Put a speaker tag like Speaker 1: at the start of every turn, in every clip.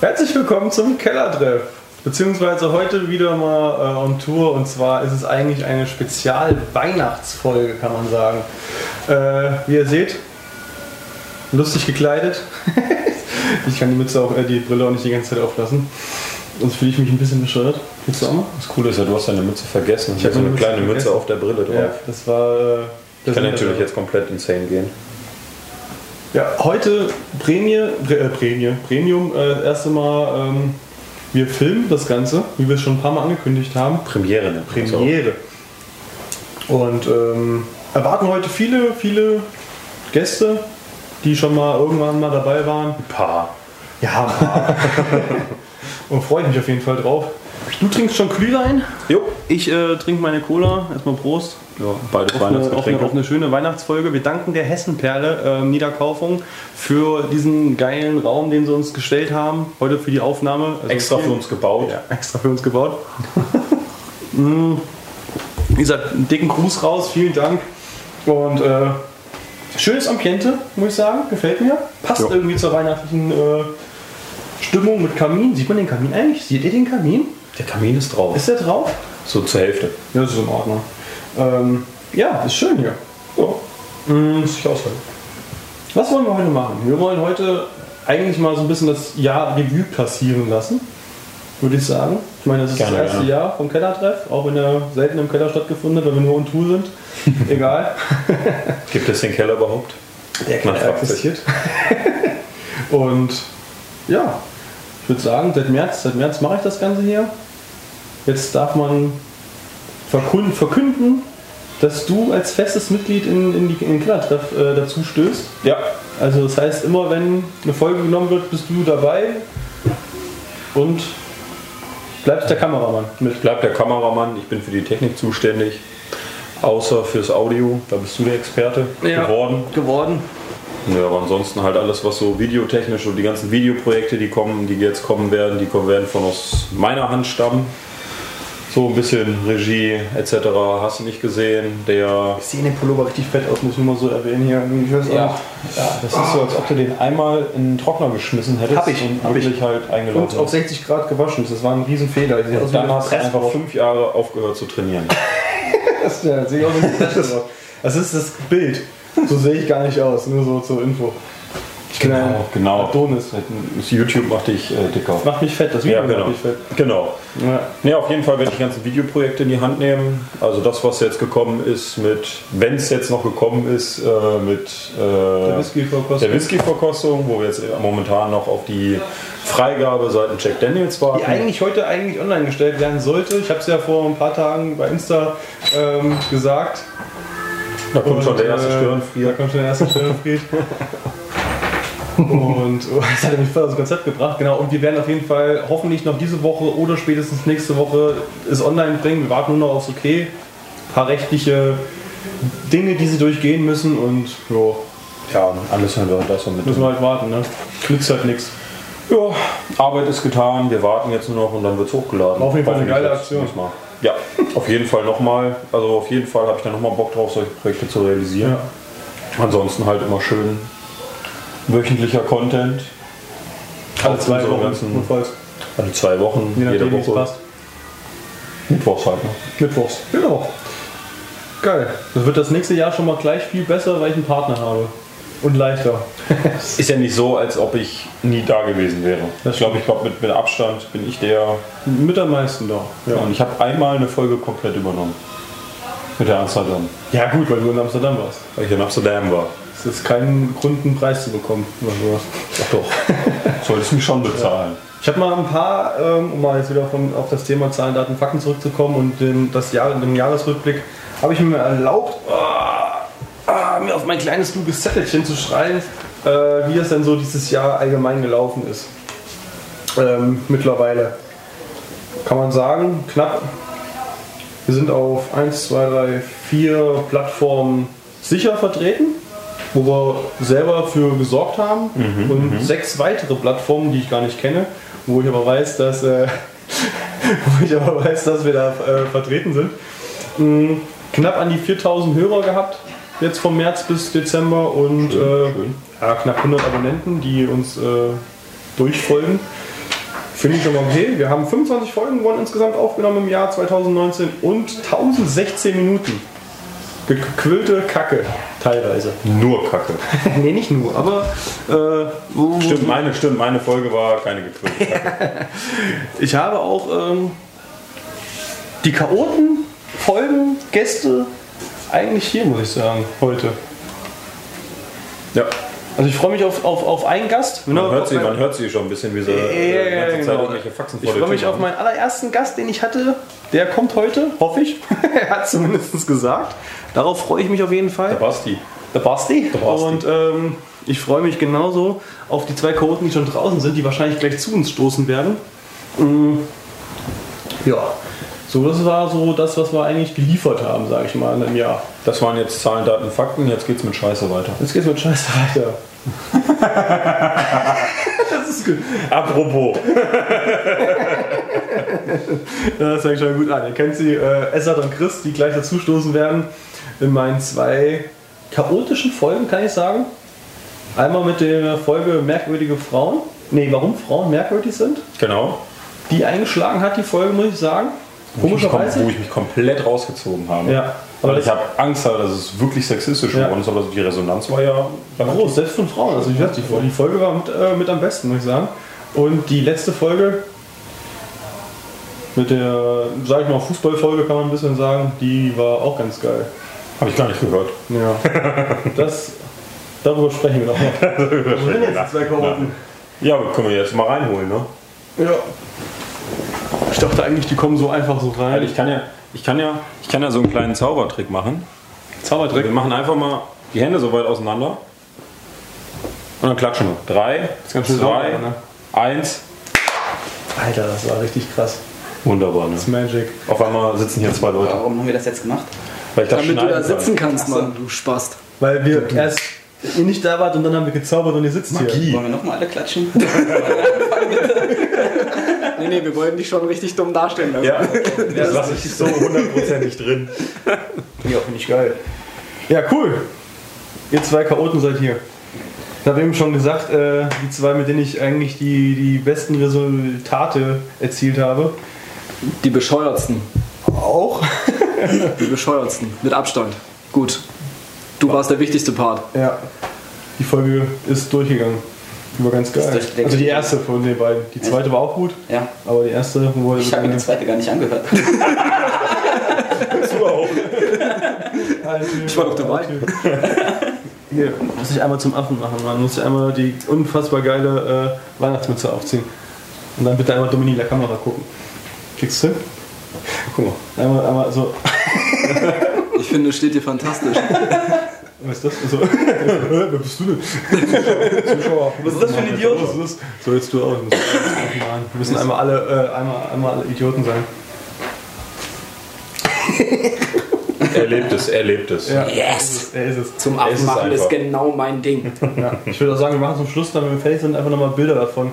Speaker 1: Herzlich willkommen zum Kellertreff. Beziehungsweise heute wieder mal äh, on Tour und zwar ist es eigentlich eine Spezial-Weihnachtsfolge, kann man sagen. Äh, wie ihr seht, lustig gekleidet. ich kann die Mütze auch, äh, die Brille auch nicht die ganze Zeit auflassen. Sonst fühle ich mich ein bisschen bescheuert. Willst du auch mal?
Speaker 2: Das Coole ist ja, du hast deine Mütze vergessen. Ich
Speaker 1: hab
Speaker 2: habe so
Speaker 1: meine
Speaker 2: eine
Speaker 1: Mütze
Speaker 2: kleine Mütze
Speaker 1: vergessen.
Speaker 2: auf der Brille drauf.
Speaker 1: Ja, das war. äh,
Speaker 2: ich
Speaker 1: das
Speaker 2: kann
Speaker 1: Internet-
Speaker 2: natürlich jetzt komplett insane gehen.
Speaker 1: Ja, heute Prämie, Prä, äh, Prämie, Premium, äh, das erste Mal, ähm, wir filmen das Ganze, wie wir es schon ein paar Mal angekündigt haben.
Speaker 2: Premiere nennt man das auch.
Speaker 1: Premiere. Und ähm, erwarten heute viele, viele Gäste, die schon mal irgendwann mal dabei waren.
Speaker 2: Ein paar.
Speaker 1: Ja, Mann. und freue mich auf jeden Fall drauf. Du trinkst schon Glühwein.
Speaker 2: Jo.
Speaker 1: Ich äh, trinke meine Cola. Erstmal Prost.
Speaker 2: Ja, beides
Speaker 1: Auf eine, auf, eine,
Speaker 2: Weihnachtsgetränke.
Speaker 1: auf eine schöne Weihnachtsfolge. Wir danken der Hessenperle äh, Niederkaufung für diesen geilen Raum, den sie uns gestellt haben. Heute für die Aufnahme. Also
Speaker 2: Extra für
Speaker 1: vielen-
Speaker 2: uns gebaut.
Speaker 1: Ja, extra für uns gebaut. Mm. Wie gesagt, einen dicken Gruß raus. Vielen Dank. Und äh, schönes Ambiente, muss ich sagen. Gefällt mir. Passt
Speaker 2: Ja.
Speaker 1: irgendwie zur weihnachtlichen äh, Stimmung mit Kamin. Sieht man den Kamin eigentlich? Seht ihr den Kamin?
Speaker 2: Der Kamin ist drauf.
Speaker 1: Ist der drauf?
Speaker 2: so zur Hälfte.
Speaker 1: Ja, das ist in Ordnung. Ähm, ja, ist schön hier. So. Mm, muss ich aushalten. Was wollen wir heute machen? Wir wollen heute eigentlich mal so ein bisschen das Jahr Revue passieren lassen, würde ich sagen. Ich meine, das ist
Speaker 2: Gerne,
Speaker 1: das erste
Speaker 2: gerne.
Speaker 1: Jahr vom Kellertreff, auch wenn er selten im Keller stattgefunden hat, weil wir nur on Tour sind. Egal.
Speaker 2: Gibt es den Keller überhaupt?
Speaker 1: Der
Speaker 2: Keller
Speaker 1: Äh, existiert. Und ja, ich würde sagen, seit März, seit März mache ich das Ganze hier. Jetzt darf man verkünden, verkünden dass du als festes Mitglied in, in, die, in den Kellertreff äh, dazu stößt.
Speaker 2: Ja.
Speaker 1: Also das heißt, immer wenn eine Folge genommen wird, bist du dabei und bleibst der Kameramann mit.
Speaker 2: Ich bleib der Kameramann. Ich bin für die Technik zuständig. Außer fürs Audio. Da bist du der Experte geworden.
Speaker 1: Geworden.
Speaker 2: Ja, aber ansonsten halt alles, was so videotechnisch und die ganzen Videoprojekte, die kommen, die jetzt kommen werden, die kommen werden von aus meiner Hand stammen. So ein bisschen Regie etc. hast du nicht gesehen. Der
Speaker 1: Ich sehe den Pullover richtig fett aus, muss ich nur mal so erwähnen hier. Ich weiß auch
Speaker 2: ja,
Speaker 1: nicht.
Speaker 2: ja, das ist so, als ob du den einmal in den Trockner geschmissen hättest
Speaker 1: Hab ich,
Speaker 2: und
Speaker 1: hab ich.
Speaker 2: wirklich halt
Speaker 1: Und
Speaker 2: eingelaufen
Speaker 1: auf
Speaker 2: hast.
Speaker 1: 60 Grad gewaschen ist. Das war ein Riesenfehler. Ich sehe aus wie
Speaker 2: Dann
Speaker 1: eine
Speaker 2: hast du einfach
Speaker 1: Presswurst.
Speaker 2: fünf Jahre aufgehört zu trainieren.
Speaker 1: Das, ja, sehe ich aus wie eine Presswurst. Das ist das Bild. So sehe ich gar nicht aus, nur so zur Info. Ich bin ein
Speaker 2: genau.
Speaker 1: Adonis.
Speaker 2: Das YouTube macht dich äh, dicker.
Speaker 1: Macht mich fett, das Video
Speaker 2: Ja, genau.
Speaker 1: macht mich fett.
Speaker 2: genau.
Speaker 1: Ja.
Speaker 2: Ne, auf jeden Fall werde ich die ganzen Videoprojekte in die Hand nehmen. Also das, was jetzt gekommen ist mit, wenn es jetzt noch gekommen ist, äh, mit
Speaker 1: Der
Speaker 2: äh,
Speaker 1: Whisky-Verkostung.
Speaker 2: der Whisky-Verkostung, wo wir jetzt momentan noch auf die Freigabe seitens Jack Daniels warten.
Speaker 1: die eigentlich heute eigentlich online gestellt werden sollte. Ich habe es ja vor ein paar Tagen bei Insta ähm, gesagt.
Speaker 2: da kommt schon der erste
Speaker 1: äh, Da
Speaker 2: Störenfried.
Speaker 1: kommt schon der erste Störenfried. und oh, das hat er mich voll aus dem Konzept gebracht, genau. Und wir werden auf jeden Fall hoffentlich noch diese Woche oder spätestens nächste Woche es online bringen. Wir warten nur noch aufs Okay. Ein paar rechtliche Dinge, die sie durchgehen müssen und ja,
Speaker 2: Ja, alles hören wir das so mit.
Speaker 1: müssen wir halt warten, ne? Nützt halt nichts.
Speaker 2: Ja, Arbeit ist getan, wir warten jetzt nur noch und dann wird es hochgeladen.
Speaker 1: Auf jeden Fall eine
Speaker 2: Hoffentlich
Speaker 1: geile
Speaker 2: jetzt
Speaker 1: Aktion.
Speaker 2: diesmal. Ja, auf jeden Fall nochmal. Also auf jeden Fall habe ich da nochmal Bock drauf, solche Projekte zu realisieren.
Speaker 1: Ja.
Speaker 2: Ansonsten halt immer schön wöchentlicher Content.
Speaker 1: Alle
Speaker 2: Auf
Speaker 1: zwei
Speaker 2: unsere
Speaker 1: Wochen.
Speaker 2: ganzen-
Speaker 1: notfalls.
Speaker 2: Alle zwei Wochen,
Speaker 1: Je nachdem,
Speaker 2: jede
Speaker 1: wie es
Speaker 2: Woche.
Speaker 1: passt.
Speaker 2: Mittwochs halt. Ne?
Speaker 1: Mittwochs. Genau. Geil. Das wird das nächste Jahr schon mal gleich viel besser, weil ich einen Partner habe. Und leichter.
Speaker 2: Ist ja nicht so, als ob ich nie da gewesen wäre. ich glaube, ich glaube, mit, mit Abstand bin ich der.
Speaker 1: Mit am meisten doch.
Speaker 2: Ja. Und ich habe einmal eine Folge komplett übernommen. Mit der Amsterdam.
Speaker 1: Ja gut, weil du in Amsterdam warst.
Speaker 2: Weil ich in Amsterdam war.
Speaker 1: Es ist kein Grund, einen Preis zu bekommen oder sowas.
Speaker 2: Ach doch. Solltest mich schon bezahlen.
Speaker 1: Ich habe mal ein paar, ähm, um mal jetzt wieder von, auf das Thema Zahlen, Daten, Fakten zurückzukommen und den, das Jahr, den Jahresrückblick, habe ich mir erlaubt, ah, ah, mir auf mein kleines kluges Zettelchen zu schreiben, äh, wie es denn so dieses Jahr allgemein gelaufen ist. Ähm, mittlerweile kann man sagen, knapp. Wir sind auf 1, 2, 3, 4 Plattformen sicher vertreten, wo wir selber für gesorgt haben.
Speaker 2: Mhm,
Speaker 1: und sechs weitere Plattformen, die ich gar nicht kenne, wo ich aber weiß, dass, äh, wo ich aber weiß, dass wir da äh, vertreten sind. Mm, knapp an die 4000 Hörer gehabt, jetzt vom März bis Dezember und
Speaker 2: Schön,
Speaker 1: äh,
Speaker 2: schön.
Speaker 1: Ja, knapp 100 Abonnenten, die uns äh, durchfolgen. Finde ich schon mal okay. Wir haben 25 Folgen wurden insgesamt aufgenommen im Jahr 2019 und 1016 Minuten. Gequillte Kacke, teilweise.
Speaker 2: Nur Kacke.
Speaker 1: nee, nicht nur, aber äh,
Speaker 2: Stimmt, meine, stimmt, meine Folge war keine gequälte Kacke.
Speaker 1: Ich habe auch ähm, die Chaoten, Folgen, Gäste eigentlich hier, muss ich sagen, heute.
Speaker 2: Ja.
Speaker 1: Also ich freue mich auf, auf, auf einen Gast. Genau.
Speaker 2: Man hört, sie, man hört sie schon ein bisschen, wie sie
Speaker 1: Ja,
Speaker 2: äh, die
Speaker 1: ja,
Speaker 2: ganze
Speaker 1: ja,
Speaker 2: Zeit
Speaker 1: genau.
Speaker 2: irgendwelche Faxen
Speaker 1: Ich
Speaker 2: vor der
Speaker 1: freue mich
Speaker 2: Tür
Speaker 1: auf
Speaker 2: machen.
Speaker 1: meinen allerersten Gast, den ich hatte. Der kommt heute, hoffe ich. er hat zumindest gesagt. Darauf freue ich mich auf jeden Fall.
Speaker 2: Der Basti.
Speaker 1: Der Basti.
Speaker 2: Basti.
Speaker 1: Und ähm, ich freue mich genauso auf die zwei Chaoten, die schon draußen sind, die wahrscheinlich gleich zu uns stoßen werden. Mm, ja, so das war so das, was wir eigentlich geliefert haben, sage ich mal, im Jahr.
Speaker 2: Das waren jetzt Zahlen, Daten, Fakten. Jetzt geht's mit Scheiße weiter.
Speaker 1: Jetzt geht's mit Scheiße weiter. das ist gut.
Speaker 2: Apropos.
Speaker 1: Ja, Das fängt schon gut an. Ihr kennt sie, äh, Essert und Chris, die gleich dazu stoßen werden. In meinen zwei chaotischen Folgen, kann ich sagen. Einmal mit der Folge Merkwürdige Frauen. Nee, warum Frauen merkwürdig sind.
Speaker 2: Genau.
Speaker 1: Die eingeschlagen hat, die Folge, muss ich sagen.
Speaker 2: Wo ich, mich kom- wo
Speaker 1: Komischerweise.
Speaker 2: ich mich komplett rausgezogen habe.
Speaker 1: Ja.
Speaker 2: Weil
Speaker 1: Aber
Speaker 2: ich
Speaker 1: das
Speaker 2: habe Angst, halt, dass es wirklich sexistisch
Speaker 1: Ja.
Speaker 2: geworden ist, aber die Resonanz war ja
Speaker 1: groß, selbst von Frauen. Also, ich dachte, die Folge war mit, äh, mit am besten, muss ich sagen. Und die letzte Folge. Mit der, sag ich mal, Fußballfolge kann man ein bisschen sagen, die war auch ganz geil.
Speaker 2: Habe ich gar nicht gehört.
Speaker 1: Ja. Das, darüber sprechen wir nochmal.
Speaker 2: Ja, aber können wir jetzt mal reinholen, ne?
Speaker 1: Ja. Ich dachte eigentlich, die kommen so einfach so rein.
Speaker 2: Also ich kann ja, ich kann ja, ich kann ja so einen kleinen Zaubertrick machen. Wir
Speaker 1: Zaubertrick.
Speaker 2: machen einfach mal die Hände so weit auseinander. Und dann klatschen wir. Drei,
Speaker 1: ganz schön
Speaker 2: zwei,
Speaker 1: sauber, ne?
Speaker 2: eins.
Speaker 1: Alter, das war richtig krass.
Speaker 2: Wunderbar, ne?
Speaker 1: Das ist Magic.
Speaker 2: Auf einmal sitzen hier zwei Leute.
Speaker 3: Warum haben wir das jetzt gemacht?
Speaker 2: Weil ich das
Speaker 4: Damit du
Speaker 2: schneiden
Speaker 4: da
Speaker 2: kann.
Speaker 4: sitzen kannst, Mann, du Spast.
Speaker 1: Weil wir erst ihr nicht da wart und dann haben wir gezaubert und ihr sitzt hier.
Speaker 3: Wollen wir nochmal alle klatschen?
Speaker 4: Nee, nee, wir wollten dich schon richtig dumm darstellen. ne? lassen.
Speaker 2: Ja, das lasse ich so hundertprozentig drin.
Speaker 1: Ja, finde ich geil. Ja, cool. Ihr zwei Chaoten seid hier. Ich habe eben schon gesagt, äh, die zwei, mit denen ich eigentlich die, die besten Resultate erzielt habe.
Speaker 4: Die bescheuertsten.
Speaker 1: Auch?
Speaker 4: Die bescheuertsten. Mit Abstand. Gut. Du warst der wichtigste Part.
Speaker 1: Ja. Die Folge ist durchgegangen. Die war ganz geil.
Speaker 3: durchgegangen.
Speaker 1: Also die erste von den beiden. Die zweite war auch gut,
Speaker 3: Ja.
Speaker 1: aber die erste wurde.
Speaker 3: Ich habe mir die zweite gar nicht angehört.
Speaker 4: Ich war doch dabei.
Speaker 1: Hier, muss ich einmal zum Affen machen, man. Muss ich einmal die unfassbar geile äh, Weihnachtsmütze aufziehen. Und dann bitte einmal Dominik in der Kamera gucken. Kriegst du hin? Guck mal. Einmal, einmal so.
Speaker 4: Ich finde, es steht dir fantastisch.
Speaker 1: Was ist das? So. Wer bist du denn? Zuschauer.
Speaker 3: Was ist das für ein Idiot?
Speaker 1: Was ist das? So jetzt du auch. Wir müssen- Wir müssen einmal alle, äh, einmal, einmal alle Idioten sein.
Speaker 2: Er lebt es, er lebt es.
Speaker 4: Yes!
Speaker 1: Er ist es.
Speaker 4: Zum
Speaker 2: Es ist
Speaker 4: Abmachen ist,
Speaker 2: einfach.
Speaker 4: genau mein Ding.
Speaker 1: Ja. Ich würde auch sagen, wir machen zum Schluss, dann, wenn wir fertig sind, einfach nochmal Bilder davon.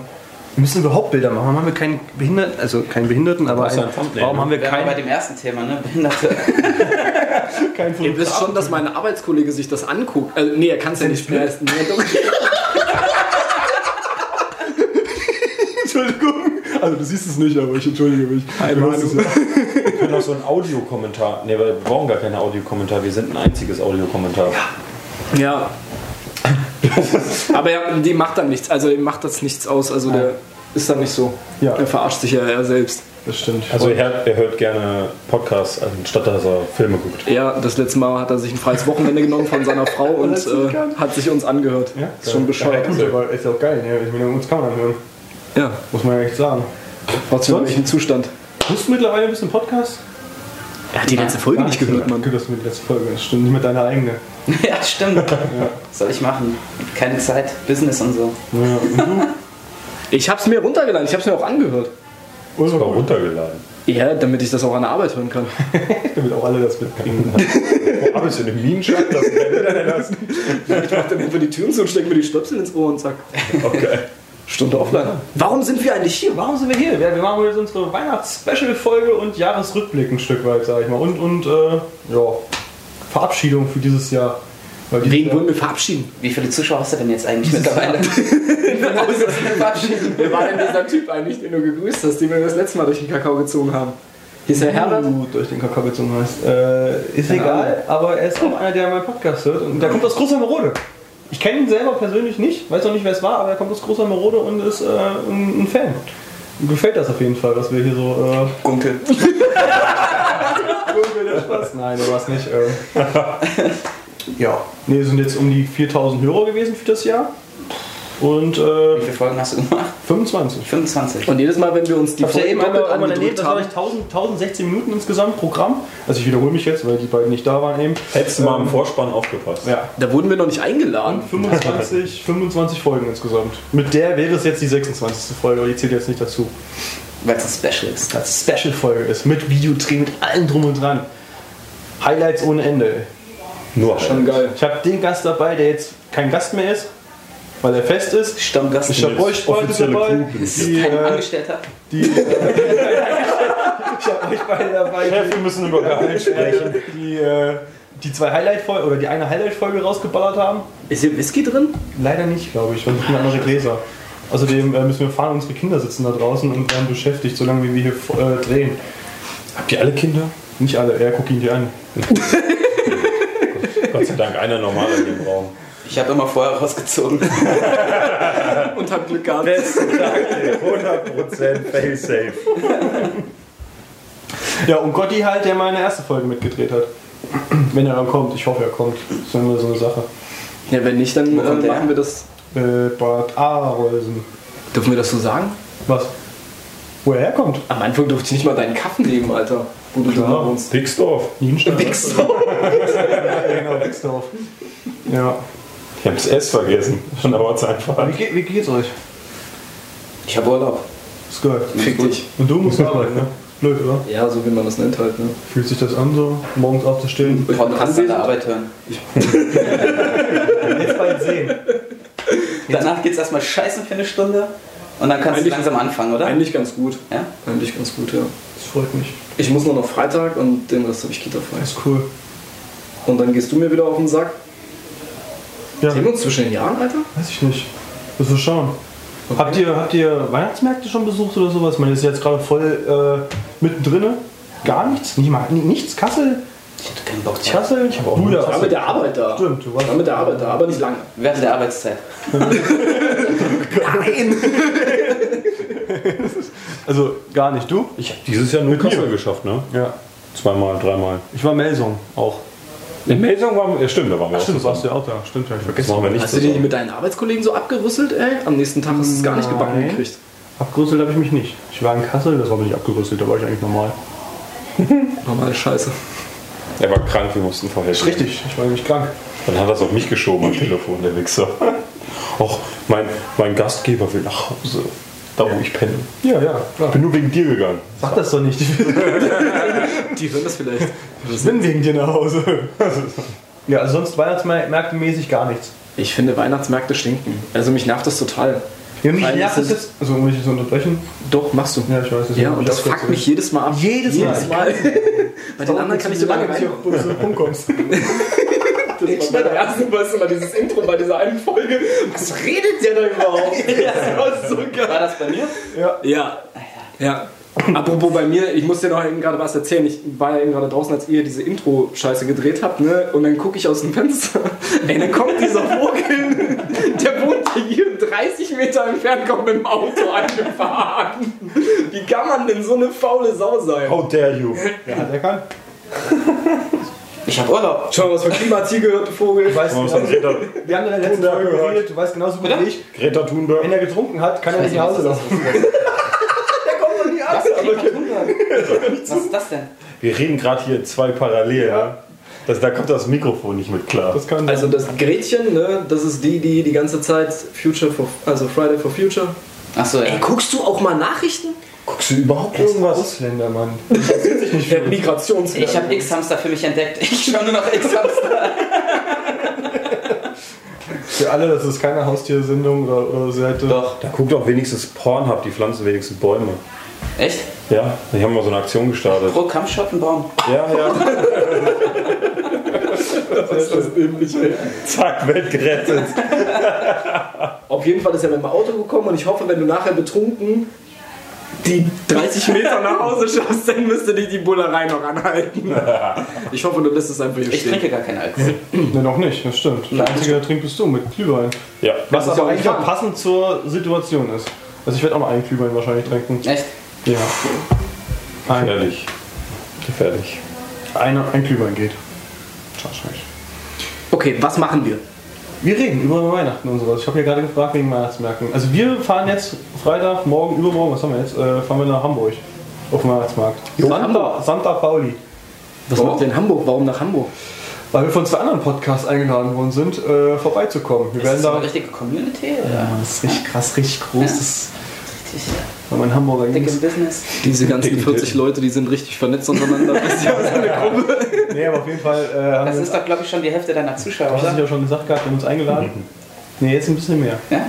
Speaker 1: Wir müssen überhaupt Bilder machen. Warum haben wir keinen Behinderten, also keinen Behinderten, aber
Speaker 2: brauchst ja
Speaker 1: einen-
Speaker 2: ein Thumbnail,
Speaker 1: warum
Speaker 2: ne?
Speaker 1: haben wir
Speaker 3: Wir waren bei
Speaker 1: keinen
Speaker 3: dem ersten Thema, ne? Behinderte.
Speaker 1: kein
Speaker 4: Ihr wisst schon, dass mein Arbeitskollege sich das anguckt. Äh, nee, er kann es ja nicht mehr.
Speaker 1: Entschuldigung. Also du siehst es nicht, aber ich entschuldige mich. Hi,
Speaker 2: Wir können auch so einen Audiokommentar. Ne, wir brauchen gar keinen Audiokommentar. Wir sind ein einziges Audiokommentar.
Speaker 4: Ja. Aber ja, die macht dann nichts. Also, ihm macht das nichts aus. Also, der ist dann nicht so.
Speaker 1: Ja.
Speaker 4: Er verarscht sich ja er selbst.
Speaker 1: Das stimmt.
Speaker 2: Also er, hört- er hört gerne Podcasts, anstatt dass er Filme guckt.
Speaker 4: Ja, das letzte Mal hat er sich ein freies Wochenende genommen von seiner Frau und äh, hat sich uns angehört.
Speaker 1: ja,
Speaker 4: ist schon bescheuert.
Speaker 1: Ja, gut, aber ist auch geil, ne? Ich meine, uns kann man anhören.
Speaker 4: Ja,
Speaker 1: Muss man ja echt sagen.
Speaker 4: was für welchen Zustand?
Speaker 1: Hörst du mittlerweile ein bisschen Podcast?
Speaker 4: Er hat die ganze Folge nicht gehört,
Speaker 1: man.
Speaker 4: Mann.
Speaker 1: Gut, dass du mit der letzten Folge das stimmt, nicht mit deiner eigenen.
Speaker 3: ja, stimmt. Was soll ich machen? Keine Zeit, Business und so.
Speaker 1: Ja, und du?
Speaker 4: Ich hab's mir runtergeladen, ich hab's mir auch angehört.
Speaker 1: Ulrich,
Speaker 2: War runtergeladen.
Speaker 4: Ja, damit ich das auch an der Arbeit hören kann.
Speaker 1: damit auch alle das mitkriegen.
Speaker 2: Habe ich so eine Minenschacht?
Speaker 4: Ich mach dann einfach die Türen zu und steck mir die Stöpsel ins Ohr und zack.
Speaker 2: Okay.
Speaker 4: Stunde offline. Warum sind wir eigentlich hier?
Speaker 1: Warum sind wir hier? Wir, wir machen jetzt unsere Weihnachts-Special-Folge und Jahresrückblick ein Stück weit, sag ich mal. Und, und äh, ja, Verabschiedung für dieses Jahr. Weil die-
Speaker 4: Wen wollen wir verabschieden?
Speaker 3: Wie viele Zuschauer hast du denn jetzt eigentlich mittlerweile? Außer-
Speaker 4: Wer war denn dieser Typ eigentlich, den du gegrüßt hast, den wir das letzte Mal durch den Kakao gezogen haben? Hier ist der Herbert.
Speaker 1: Uh, durch den Kakao gezogen heißt. Äh, ist egal, aber er ist auch einer, der meinen Podcast hört. Und der kommt aus Großermerode. Ich kenne ihn selber persönlich nicht, weiß noch nicht, wer es war, aber er kommt aus Großermerode und ist äh, ein, ein Fan. Ihm Gefällt das auf jeden Fall, dass wir hier so.
Speaker 3: Gunkel.
Speaker 1: Äh, Spaß? Nein, du warst nicht. Äh. ja. Nee, sind jetzt um die 4000 Hörer gewesen für das Jahr. Und
Speaker 3: Wie
Speaker 1: äh,
Speaker 3: viele Folgen hast du gemacht?
Speaker 1: 25.
Speaker 3: 25.
Speaker 4: Und jedes Mal, wenn wir uns die
Speaker 1: Ich habe
Speaker 4: Folge
Speaker 1: ja eben
Speaker 4: doppelt
Speaker 1: einmal einmal daneben,
Speaker 4: angedrückt
Speaker 1: das war
Speaker 4: haben,
Speaker 1: gleich 1000, 1016 Minuten insgesamt Programm. Also ich wiederhole mich jetzt, weil die beiden nicht da waren eben.
Speaker 2: Hättest du mal im Vorspann aufgepasst.
Speaker 1: Ja.
Speaker 4: da wurden wir noch nicht eingeladen.
Speaker 1: 25, 25 Folgen insgesamt. Mit der wäre es jetzt die 26. Folge, aber die zählt jetzt nicht dazu.
Speaker 3: Weil es ein Special ist.
Speaker 1: Als Special-Folge ist, mit Videodreh, mit allem drum und dran. Highlights ohne Ende.
Speaker 2: Nur
Speaker 4: Schon geil.
Speaker 1: Ich habe den Gast dabei, der jetzt kein Gast mehr ist, weil er fest ist.
Speaker 3: Stammgast.
Speaker 1: Ich habe
Speaker 2: Nee,
Speaker 1: euch beide
Speaker 2: offizielle
Speaker 1: dabei.
Speaker 2: Crew bist
Speaker 1: Die,
Speaker 3: Kein
Speaker 1: äh,
Speaker 3: Angestellter.
Speaker 1: die, äh, ich habe euch beide dabei.
Speaker 2: Wir müssen über Gehalt sprechen.
Speaker 1: Die, äh, die zwei Highlight-Folge oder die eine Highlight-Folge rausgeballert haben.
Speaker 4: Ist hier Whisky drin?
Speaker 1: Leider nicht, glaube ich. Wir brauchen andere Gläser. Außerdem äh, müssen wir fahren, unsere Kinder sitzen da draußen und werden beschäftigt, solange wie wir hier äh, drehen.
Speaker 2: Habt ihr alle Kinder?
Speaker 1: Nicht alle, er guckt ihn dir an.
Speaker 2: Gott sei Dank, einer normaler in dem Raum.
Speaker 3: Ich habe immer vorher rausgezogen.
Speaker 4: Und hat Glück gehabt.
Speaker 2: 100% fail-safe.
Speaker 1: Ja, und Gotti halt, der meine erste Folge mitgedreht hat. Wenn er dann kommt, ich hoffe, er kommt. Das ist immer so eine Sache.
Speaker 4: Ja, wenn nicht, dann
Speaker 3: Wo kommt
Speaker 4: äh,
Speaker 3: der
Speaker 4: machen
Speaker 3: her?
Speaker 4: wir das.
Speaker 1: Äh, Bad Arolsen.
Speaker 4: Dürfen wir das so sagen?
Speaker 1: Was? Wo er herkommt?
Speaker 4: Am Anfang durfte ich nicht mal deinen Kaffee nehmen, Alter. Wo du da wohnst.
Speaker 2: Dixdorf.
Speaker 1: Nienstein.
Speaker 4: Wichser.
Speaker 1: Ja, genau, Wixdorf. Ja.
Speaker 2: Ich hab das S vergessen. Schon dauert's einfach.
Speaker 1: Wie, geht, wie geht's euch?
Speaker 3: Ich habe Urlaub.
Speaker 1: Ist geil.
Speaker 4: Fick dich.
Speaker 1: Und du musst arbeiten, ne? Blöd, oder?
Speaker 4: Ja, so wie man das nennt halt, ne?
Speaker 1: Fühlt sich das an, so morgens
Speaker 3: Mhm.
Speaker 1: aufzustehen?
Speaker 3: Podcast an der Arbeit hören.
Speaker 1: Jetzt bald sehen.
Speaker 3: Danach geht's erstmal scheißen für eine Stunde und dann kannst du
Speaker 4: Eigentlich-
Speaker 3: langsam anfangen, oder?
Speaker 4: Eigentlich ganz gut.
Speaker 3: Ja?
Speaker 4: Eigentlich ganz gut, ja.
Speaker 1: Das freut mich.
Speaker 4: Ich muss nur noch Freitag und den Rest habe ich Kita frei.
Speaker 1: Das ist cool.
Speaker 4: Und dann gehst du mir wieder auf den Sack.
Speaker 1: Ja.
Speaker 4: Sehen wir uns zwischen den Jahren, Alter?
Speaker 1: Weiß ich nicht. Müssen wir schauen. Habt, ihr, habt ihr Weihnachtsmärkte schon besucht oder sowas? Man ist jetzt gerade voll äh, mittendrin. Gar nichts? Nicht mal, ni- nichts? Kassel?
Speaker 3: Ich hatte keinen Bock drauf.
Speaker 1: Kassel? Ich habe auch
Speaker 4: Ich war mit der Arbeit da.
Speaker 1: Stimmt, du warst-
Speaker 4: Ich war mit der Arbeit da, aber nicht lange.
Speaker 3: Während der Arbeitszeit.
Speaker 1: Also gar nicht. Du?
Speaker 2: Ich habe dieses Jahr nur Kassel geschafft, ne?
Speaker 1: Ja.
Speaker 2: Zweimal, dreimal.
Speaker 1: Ich war Melsung auch.
Speaker 2: In Melsung waren wir. Ja, stimmt, da waren wir auch.
Speaker 1: Stimmt,
Speaker 2: zusammen.
Speaker 1: warst du ja auch da. Stimmt, hab ich
Speaker 2: Das
Speaker 1: vergessen.
Speaker 2: machen wir nicht
Speaker 4: Hast du dich
Speaker 2: zusammen.
Speaker 4: mit deinen Arbeitskollegen so abgerüsselt, ey? Am nächsten Tag hast du es gar nicht gebacken
Speaker 1: Nein.
Speaker 4: gekriegt.
Speaker 1: Abgerüsselt habe ich mich nicht. Ich war in Kassel, das war aber nicht abgerüstet, da war ich eigentlich normal.
Speaker 4: Normale Scheiße.
Speaker 2: Er war krank, wir mussten vorher.
Speaker 1: Richtig, ich war nämlich krank.
Speaker 2: Dann hat er es auf mich geschoben am Telefon, der Wichser. Och, mein, mein Gastgeber will nach Hause. Da, wo ich penne.
Speaker 1: Ja, ja,
Speaker 2: Ich
Speaker 1: klar.
Speaker 2: bin nur wegen dir gegangen.
Speaker 1: Sag das doch nicht. Ich
Speaker 4: Die hören das vielleicht.
Speaker 1: bin wegen dir nach Hause. Ja, also sonst Weihnachtsmärkte mäßig gar nichts.
Speaker 4: Ich finde Weihnachtsmärkte stinken. Also mich nervt das total.
Speaker 1: Ja, mich
Speaker 4: Vor allem
Speaker 1: nervt
Speaker 4: ist
Speaker 1: es jetzt. Also, um dich zu unterbrechen.
Speaker 4: Doch, machst du.
Speaker 1: Ja, ich weiß, das
Speaker 4: Ja,
Speaker 1: hab
Speaker 4: und
Speaker 1: ich
Speaker 4: das
Speaker 1: auch kurz
Speaker 4: fuckt mich jedes Mal ab.
Speaker 1: Jedes Mal.
Speaker 4: Bei Also den anderen kann ich so lange rein.
Speaker 1: bis du Punkt kommst.
Speaker 4: Das war bei der ersten, weißt du, mal dieses Intro bei dieser einen Folge. Was redet der da überhaupt? das war so geil.
Speaker 3: War das bei mir?
Speaker 4: Ja. Ja. Apropos bei mir, ich muss dir noch eben gerade was erzählen. Ich war ja eben gerade draußen, als ihr diese Intro-Scheiße gedreht habt, ne? Und dann gucke ich aus dem Fenster. Ey, dann kommt dieser Vogel, der wohnt hier 30 Meter entfernt, kommt mit dem Auto angefahren. Wie kann man denn so eine faule Sau sein?
Speaker 2: How dare you?
Speaker 1: Ja, der kann.
Speaker 3: Ich habe Urlaub.
Speaker 4: Schau mal, was für ein Klimaziel gehört, der Vogel.
Speaker 1: Ich weiß,
Speaker 2: Was hat
Speaker 1: wir
Speaker 2: Greta,
Speaker 1: haben in der letzten Folge geredet, du weißt genauso gut wie ich.
Speaker 2: Greta
Speaker 1: Wenn
Speaker 2: Thunberg?
Speaker 1: er getrunken hat, kann er nicht nach Hause laufen. der kommt doch nie an.
Speaker 3: Was ist das denn?
Speaker 2: Wir reden gerade hier zwei parallel. Ne? Das, da kommt das Mikrofon nicht mit klar.
Speaker 1: Das kann
Speaker 4: Also das Gretchen, ne, das ist die, die die ganze Zeit Future for, also Friday for Future.
Speaker 3: Achso, ja.
Speaker 4: guckst du auch mal Nachrichten?
Speaker 2: guckst du überhaupt
Speaker 1: irgendwas. Ausländer, Mann.
Speaker 4: Der Migrations.
Speaker 3: Ich habe X-Hamster für mich entdeckt. Ich schaue nur noch X-Hamster.
Speaker 1: Für alle, das ist keine Haustiersendung oder, oder Seite.
Speaker 3: Doch.
Speaker 2: Da guckt auch wenigstens Pornhub, die pflanzen wenigstens Bäume.
Speaker 3: Echt?
Speaker 2: Ja, die haben mal so eine Aktion gestartet.
Speaker 3: Pro Kampfshot ein Baum.
Speaker 2: Ja, ja.
Speaker 4: das ist das Dämliche.
Speaker 2: Zack, Welt gerettet.
Speaker 4: Auf jeden Fall ist er mit dem Auto gekommen und ich hoffe, wenn du nachher betrunken die 30 Meter nach Hause schaffst, dann müsste dich die Bullerei noch anhalten. Ich hoffe, du lässt es einfach hier
Speaker 3: Ich
Speaker 4: stehen.
Speaker 3: trinke gar keinen Alkohol.
Speaker 1: Ne, noch nicht, das stimmt. Der
Speaker 3: Nein.
Speaker 1: Einzige, der trinkt, bist du mit Glühwein.
Speaker 2: Ja.
Speaker 1: Was
Speaker 4: ist
Speaker 1: aber
Speaker 4: ja
Speaker 1: eigentlich
Speaker 4: egal.
Speaker 1: auch passend zur Situation ist. Also ich werde auch mal einen Glühwein wahrscheinlich trinken.
Speaker 3: Echt?
Speaker 1: Ja. Ein,
Speaker 2: Gefährlich. Gefährlich.
Speaker 1: eine, ein Glühwein geht. Wahrscheinlich.
Speaker 4: Okay, was machen wir?
Speaker 1: Wir reden über Weihnachten und sowas. Ich habe ja gerade gefragt wegen Weihnachtsmärkten. Also wir fahren jetzt Freitag, morgen, übermorgen, was haben wir jetzt? Äh, fahren wir nach Hamburg. Auf den Weihnachtsmarkt.
Speaker 4: Jo,
Speaker 1: Santa,
Speaker 4: Hamburg.
Speaker 1: Santa Pauli.
Speaker 4: Was
Speaker 1: Warum?
Speaker 4: macht denn Hamburg? Warum nach Hamburg?
Speaker 1: Weil wir von zwei anderen Podcasts eingeladen worden sind, äh, vorbeizukommen. Wir
Speaker 3: Ist das
Speaker 1: werden
Speaker 3: so
Speaker 1: da.
Speaker 3: eine richtige Community?
Speaker 1: Ja,
Speaker 3: Oder?
Speaker 1: das ist richtig krass, richtig groß.
Speaker 3: Ja.
Speaker 1: Das ist
Speaker 3: Richtig
Speaker 1: mein Hamburger
Speaker 3: dick
Speaker 1: Jungs.
Speaker 3: im Business.
Speaker 4: Diese ganzen
Speaker 2: Dicken
Speaker 4: 40
Speaker 2: Titten.
Speaker 4: Leute, die sind richtig vernetzt untereinander. Wisst ihr, was eine Gruppe-
Speaker 1: Nee, aber auf jeden Fall äh, haben
Speaker 3: Das
Speaker 1: wir
Speaker 3: ist doch, glaube ich, schon die Hälfte deiner Zuschauer,
Speaker 1: Das hast du
Speaker 3: oder?
Speaker 1: ja schon gesagt gehabt, wir haben uns eingeladen. Ne, jetzt ein bisschen mehr.
Speaker 3: Ja?
Speaker 1: Ja.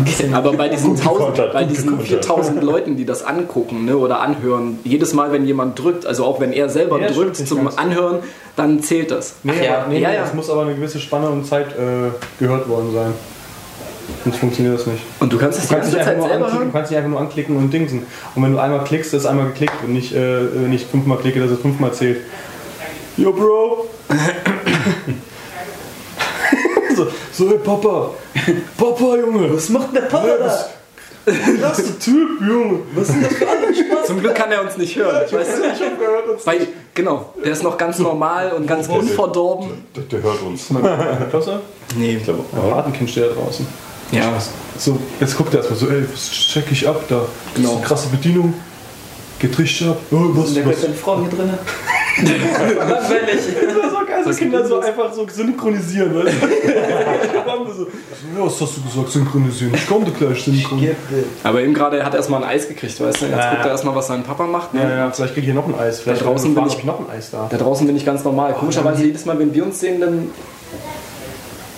Speaker 3: Okay.
Speaker 4: Aber bei
Speaker 1: Oh
Speaker 4: diesen,
Speaker 2: Gut
Speaker 4: 1000,
Speaker 2: gekontert,
Speaker 4: bei
Speaker 2: gut
Speaker 4: diesen
Speaker 2: gekontert.
Speaker 4: 4000 Leuten, die das angucken ne, oder anhören, jedes Mal, wenn jemand drückt, also auch wenn er selber
Speaker 1: Ja, das
Speaker 4: drückt
Speaker 1: stimmt
Speaker 4: zum
Speaker 1: nicht ganz.
Speaker 4: Anhören, dann zählt das.
Speaker 1: Nee,
Speaker 3: ja,
Speaker 1: aber, nee,
Speaker 4: ja,
Speaker 1: nee,
Speaker 4: ja.
Speaker 1: es muss aber eine gewisse Spanne und Zeit äh, gehört worden sein. Sonst funktioniert das nicht.
Speaker 4: Und du kannst das
Speaker 1: Du
Speaker 4: die
Speaker 1: kannst,
Speaker 4: ganze
Speaker 1: nicht einfach
Speaker 4: Zeit
Speaker 1: nur
Speaker 4: selber
Speaker 1: anklicken, du
Speaker 4: hören?
Speaker 1: kannst nicht einfach nur anklicken und dingsen. Und wenn du einmal klickst, ist einmal geklickt und nicht, äh, wenn ich fünfmal klicke, dass es fünfmal zählt. Yo, Bro! so, so, hey, Papa! Papa, Junge! Was macht der Papa da? Das ist der Typ, Junge! Was ist das für ein
Speaker 4: Zum Glück kann er uns nicht hören. Weißt du?
Speaker 1: Ich hab gehört, uns
Speaker 4: Weil, genau, der ist noch ganz normal und ganz unverdorben.
Speaker 2: Der, der hört uns.
Speaker 1: Klasse?
Speaker 4: Nee.
Speaker 2: Ich glaube,
Speaker 1: Mein Patenkind steht da draußen.
Speaker 4: Ja.
Speaker 1: So, jetzt guckt er erstmal so, ey, was check ich ab da?
Speaker 4: Genau.
Speaker 1: Genau. eine krasse Bedienung. Geht richtig ab. Oh, was,
Speaker 3: Da
Speaker 1: was?
Speaker 3: sind Frauen hier drin. Langweilig.
Speaker 1: Das ist so geil, so Kinder so einfach so synchronisieren, weißt du? Dann so, ja, was hast du gesagt, synchronisieren? Ich komme gleich synchronisieren.
Speaker 4: Aber eben gerade, er hat erstmal ein Eis gekriegt, weißt du? Jetzt
Speaker 1: Ja,
Speaker 4: guckt er
Speaker 1: ja.
Speaker 4: erstmal, was sein Papa macht. Ne?
Speaker 1: Ja, ja, vielleicht krieg ich hier noch ein Eis. Vielleicht
Speaker 4: Da draußen
Speaker 1: fahren,
Speaker 4: bin ich-
Speaker 1: ob noch ein Eis da.
Speaker 4: Da draußen bin ich ganz normal.
Speaker 1: Oh,
Speaker 4: Komischerweise, jedes Mal, wenn wir uns sehen, dann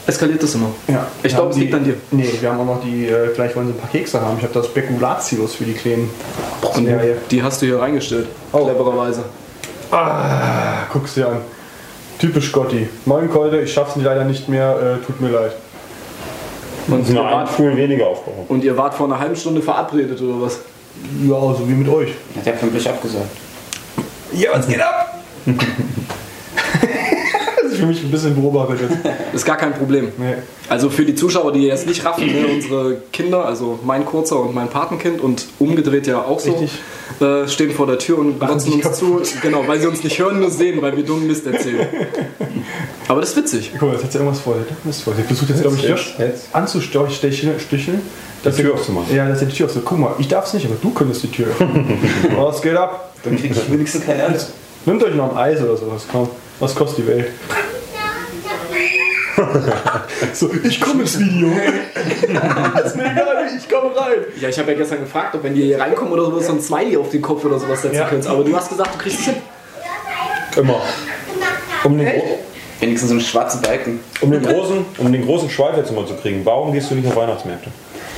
Speaker 4: eskaliert das immer.
Speaker 1: Ja.
Speaker 4: Ich
Speaker 1: Wir
Speaker 4: glaube,
Speaker 1: haben
Speaker 4: es
Speaker 1: die-
Speaker 4: liegt an dir.
Speaker 1: Nee, wir haben auch noch die, äh, gleich wollen sie ein paar Kekse haben. Ich habe das Spekulatius für die Kleinen.
Speaker 4: Und
Speaker 1: Ja, ja.
Speaker 4: die hast du hier reingestellt.
Speaker 1: Oh.
Speaker 4: Clevererweise.
Speaker 1: Ah, guck's dir an. Typisch Gotti. Neun Keule, ich schaff's leider nicht mehr, äh, tut mir leid.
Speaker 4: Und ihr,
Speaker 2: nur ein
Speaker 4: wart,
Speaker 2: Pool weniger aufgebaut.
Speaker 4: und ihr wart vor einer halben Stunde verabredet oder was?
Speaker 1: Ja, so wie mit euch.
Speaker 3: Hat er pünktlich abgesagt.
Speaker 1: Ja, was geht ab? das ist für mich ein bisschen beobachtet jetzt.
Speaker 4: Ist gar kein Problem.
Speaker 1: Nee.
Speaker 4: Also für die Zuschauer, die jetzt nicht raffen,
Speaker 1: Mhm.
Speaker 4: ne, unsere Kinder, also mein Kurzer und mein Patenkind und umgedreht ja auch so,
Speaker 1: Richtig.
Speaker 4: äh, stehen vor der Tür und glotzen
Speaker 1: dich
Speaker 4: uns zu. Genau, weil sie uns nicht hören, nur sehen, weil wir dummen Mist erzählen. Aber das ist witzig.
Speaker 1: Guck mal, jetzt hat sie irgendwas vor. Der Mist vor. Sie versucht jetzt, glaube ich, Josh
Speaker 2: Jetzt, jetzt.
Speaker 1: anzusticheln. dass
Speaker 2: Die Tür
Speaker 1: er-
Speaker 2: aufzumachen.
Speaker 1: Ja, dass er die Tür aufzumachen. Guck mal, ich darf's nicht, aber du könntest die Tür öffnen. was geht ab?
Speaker 3: Dann krieg ich wenigstens keine Ärger.
Speaker 1: Nimmt euch noch ein Eis oder sowas, komm. Was kostet die Welt? so, ich komme ins Video. ist mir egal, ich komme rein.
Speaker 4: Ja, ich habe ja gestern gefragt, ob wenn die hier reinkommen oder sowas, so ein Smiley auf den Kopf oder sowas setzen
Speaker 1: Ja.
Speaker 4: könntest. Aber du hast gesagt, du kriegst es hin.
Speaker 2: Immer. Um den, Gro-
Speaker 3: Wenigstens so einen schwarzen Balken.
Speaker 2: um, den großen, um den großen Schweif jetzt mal zu kriegen. Warum gehst du nicht auf Weihnachtsmärkte?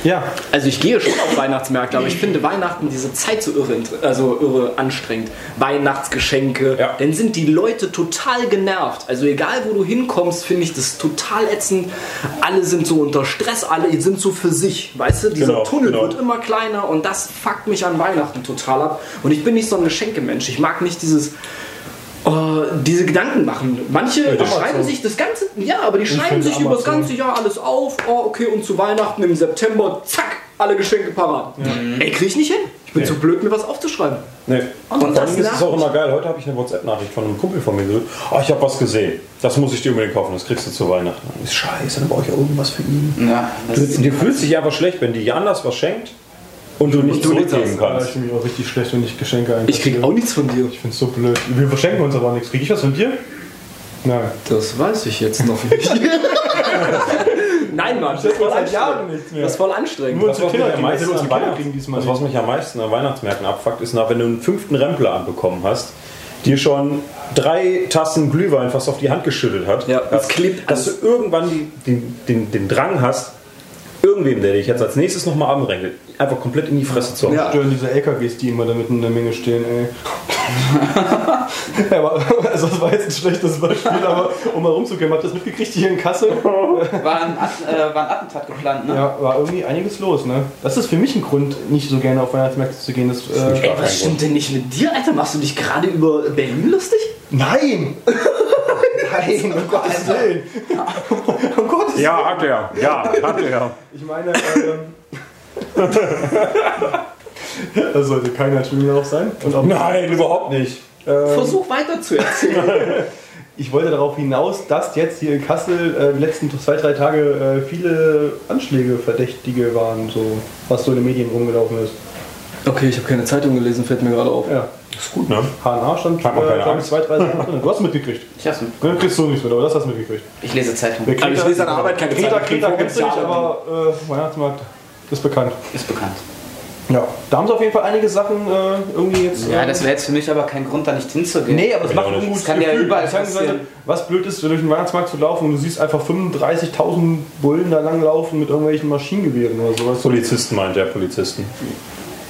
Speaker 1: Ja,
Speaker 4: Also ich gehe schon auf Weihnachtsmärkte, aber ich finde Weihnachten diese Zeit so irre, inter- also irre anstrengend. Weihnachtsgeschenke,
Speaker 2: Ja.
Speaker 4: dann sind die Leute total genervt. Also egal wo du hinkommst, finde ich das total ätzend. Alle sind so unter Stress, alle sind so für sich. Weißt du, dieser
Speaker 2: Genau,
Speaker 4: Tunnel
Speaker 2: genau.
Speaker 4: wird immer kleiner und das fuckt mich an Weihnachten total ab. Und ich bin nicht so ein Geschenkemensch. Ich mag nicht dieses äh, diese Gedanken machen. Manche
Speaker 2: das
Speaker 4: schreiben
Speaker 1: Amazon.
Speaker 4: sich das ganze, ja, aber die schreiben
Speaker 1: finde
Speaker 4: sich über das
Speaker 1: Amazon.
Speaker 4: ganze Jahr alles auf. Oh, okay, und zu Weihnachten im September, zack, alle Geschenke parat. Ey, krieg ich nicht hin. Ich bin zu blöd, mir was aufzuschreiben.
Speaker 2: Nee.
Speaker 4: Und
Speaker 2: Und vor
Speaker 4: das
Speaker 2: allem ist es
Speaker 4: nervt.
Speaker 2: auch immer geil. Heute habe ich eine WhatsApp-Nachricht von einem Kumpel von mir gesagt. Oh, ich habe was gesehen. Das muss ich dir unbedingt kaufen. Das kriegst du zu Weihnachten. Und ich, Scheiße, dann brauche ich ja irgendwas für ihn.
Speaker 3: Ja, das
Speaker 2: Du,
Speaker 3: ist
Speaker 2: du fühlst dich einfach schlecht, wenn dir jemand anders was schenkt und du nicht
Speaker 4: du nicht
Speaker 2: zurückgeben
Speaker 1: Ja, ich
Speaker 2: kannst.
Speaker 1: finde mich auch richtig schlecht, wenn ich Geschenke einpacke.
Speaker 4: Ich krieg auch nichts von dir.
Speaker 1: Ich find's so blöd. Wir verschenken uns aber nichts. Krieg ich was von dir? Nein.
Speaker 4: Das weiß ich jetzt noch nicht. Nein, Mann, das ist voll
Speaker 1: seit Jahren
Speaker 4: anstrengend.
Speaker 1: nichts mehr.
Speaker 4: Das ist voll anstrengend.
Speaker 1: Nur
Speaker 2: Das, was mich, am meisten
Speaker 1: unsere
Speaker 2: an Weihnachten, das, was mich am meisten an Weihnachtsmärkten abfuckt, ist, nach, wenn du einen fünften Rempler bekommen hast, dir schon drei Tassen Glühwein fast auf die Hand geschüttelt hat,
Speaker 4: Ja,
Speaker 2: dass,
Speaker 4: es klebt
Speaker 2: dass
Speaker 4: alles.
Speaker 2: du irgendwann die, den, den, den Drang hast, irgendwem, der dich jetzt als nächstes nochmal anrängelt, einfach komplett in die Fresse zu hauen.
Speaker 4: Ja.
Speaker 1: Stören diese LKWs, die immer da mitten in der Menge stehen, ey.
Speaker 3: Aha.
Speaker 1: Ja, aber, also das war jetzt ein schlechtes Beispiel, aber um mal rumzukommen, habt ihr das mitgekriegt hier in Kassel?
Speaker 3: War ein, At äh, war ein Attentat geplant, ne?
Speaker 1: Ja, war irgendwie einiges los, ne? Das ist für mich ein Grund, nicht so gerne auf Weihnachtsmärkte zu gehen. Das, äh,
Speaker 3: Ey, was stimmt denn nicht mit dir, Alter? Machst du dich gerade über Berlin lustig?
Speaker 1: nein! nein, um Gottes Willen! um Gottes Willen!
Speaker 2: Ja, hat er. Ja, hat er.
Speaker 1: Ich meine, ähm, das sollte kein Entschuldigung darauf sein. Und auch
Speaker 2: Nein, überhaupt nicht.
Speaker 1: Ähm,
Speaker 3: Versuch weiter zu erzählen.
Speaker 1: Ich wollte darauf hinaus, dass jetzt hier in Kassel äh, die letzten zwei, drei Tage äh, viele Anschläge, Verdächtige waren, so was so in den Medien rumgelaufen ist.
Speaker 4: Okay, ich habe keine Zeitung gelesen, fällt mir gerade auf.
Speaker 1: Ja.
Speaker 2: Ist gut, ne?
Speaker 1: HNA stand
Speaker 2: Hat man keine
Speaker 1: glaub ich,
Speaker 2: Angst.
Speaker 1: zwei, drei Sachen drin. Du hast mitgekriegt.
Speaker 3: Ich hasse
Speaker 1: Du kriegst so nichts mit, aber das hast du mitgekriegt.
Speaker 3: Ich lese Zeitung.
Speaker 1: Wer Kreta-
Speaker 4: ich lese an der Arbeit keine
Speaker 1: Kreta,
Speaker 4: Zeitung,
Speaker 1: Kreta
Speaker 4: krieg
Speaker 1: gibt's
Speaker 4: ich
Speaker 1: nicht,
Speaker 4: auch nicht.
Speaker 1: aber äh, Weihnachtsmarkt ist bekannt.
Speaker 3: Ist bekannt.
Speaker 1: Ja. Da haben sie auf jeden Fall einige Sachen äh, irgendwie jetzt.
Speaker 3: Ja,
Speaker 1: äh,
Speaker 3: das wäre jetzt für mich aber kein Grund, da nicht hinzugehen.
Speaker 1: Nee, aber das
Speaker 2: Genau
Speaker 1: macht ein
Speaker 2: nicht.
Speaker 1: gutes
Speaker 3: Das kann ja
Speaker 1: Gefühl.
Speaker 3: überall
Speaker 1: Auf der anderen Seite,
Speaker 3: passieren.
Speaker 1: Was blöd ist, durch den Weihnachtsmarkt zu laufen und du siehst einfach 35.000 Bullen da langlaufen mit irgendwelchen Maschinengewehren oder sowas.
Speaker 2: Polizisten meint der Polizisten.